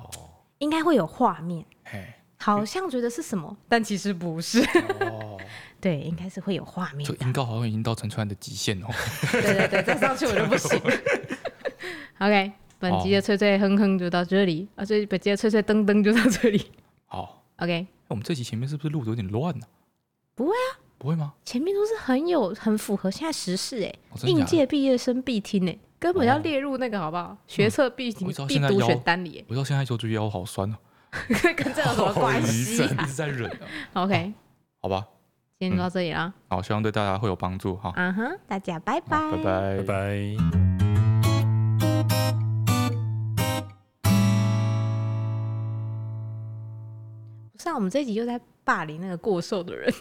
Speaker 2: 应该会有画面，
Speaker 1: 嘿，
Speaker 2: 好像觉得是什么，但其实不是。
Speaker 1: 哦，
Speaker 2: 对，应该是会有画面
Speaker 1: 这
Speaker 2: 的。
Speaker 1: 音高好像已经到陈川的极限哦。
Speaker 2: 对对对，再上去我就不行。OK，本集的脆脆哼哼就到这里
Speaker 1: 哦
Speaker 2: 啊，所以本集的脆脆噔噔就到这里。 (laughs)
Speaker 1: 好，
Speaker 2: OK，
Speaker 1: 哎我们这集前面是不是录的有点乱呢？
Speaker 2: 不会
Speaker 1: 啊，不会吗？
Speaker 2: 前面都是很有很符合现在时事哎、
Speaker 1: 哦真的
Speaker 2: 应
Speaker 1: 假的？
Speaker 2: 届毕业生必听哎、根本要
Speaker 1: 哦
Speaker 2: 列入那个好不好？学测必
Speaker 1: 我
Speaker 2: 听
Speaker 1: 知道
Speaker 2: 必
Speaker 1: 现在
Speaker 2: 读
Speaker 1: 腰
Speaker 2: 选单 (laughs) 里、
Speaker 1: 我到现在就觉得腰好酸哦，
Speaker 2: 欸，跟这有什么关系、
Speaker 1: (laughs) 一
Speaker 2: 啊、
Speaker 1: 直在忍啊。
Speaker 2: (laughs) ？OK，
Speaker 1: 好吧，
Speaker 2: 今天就到这里啦，
Speaker 1: 好，希望对大家会有帮助哈。
Speaker 2: (laughs) 嗯哼，大家拜
Speaker 1: 好拜拜，
Speaker 3: 拜。拜。
Speaker 2: 不是啊，我们这一集又在霸凌那个过瘦的人，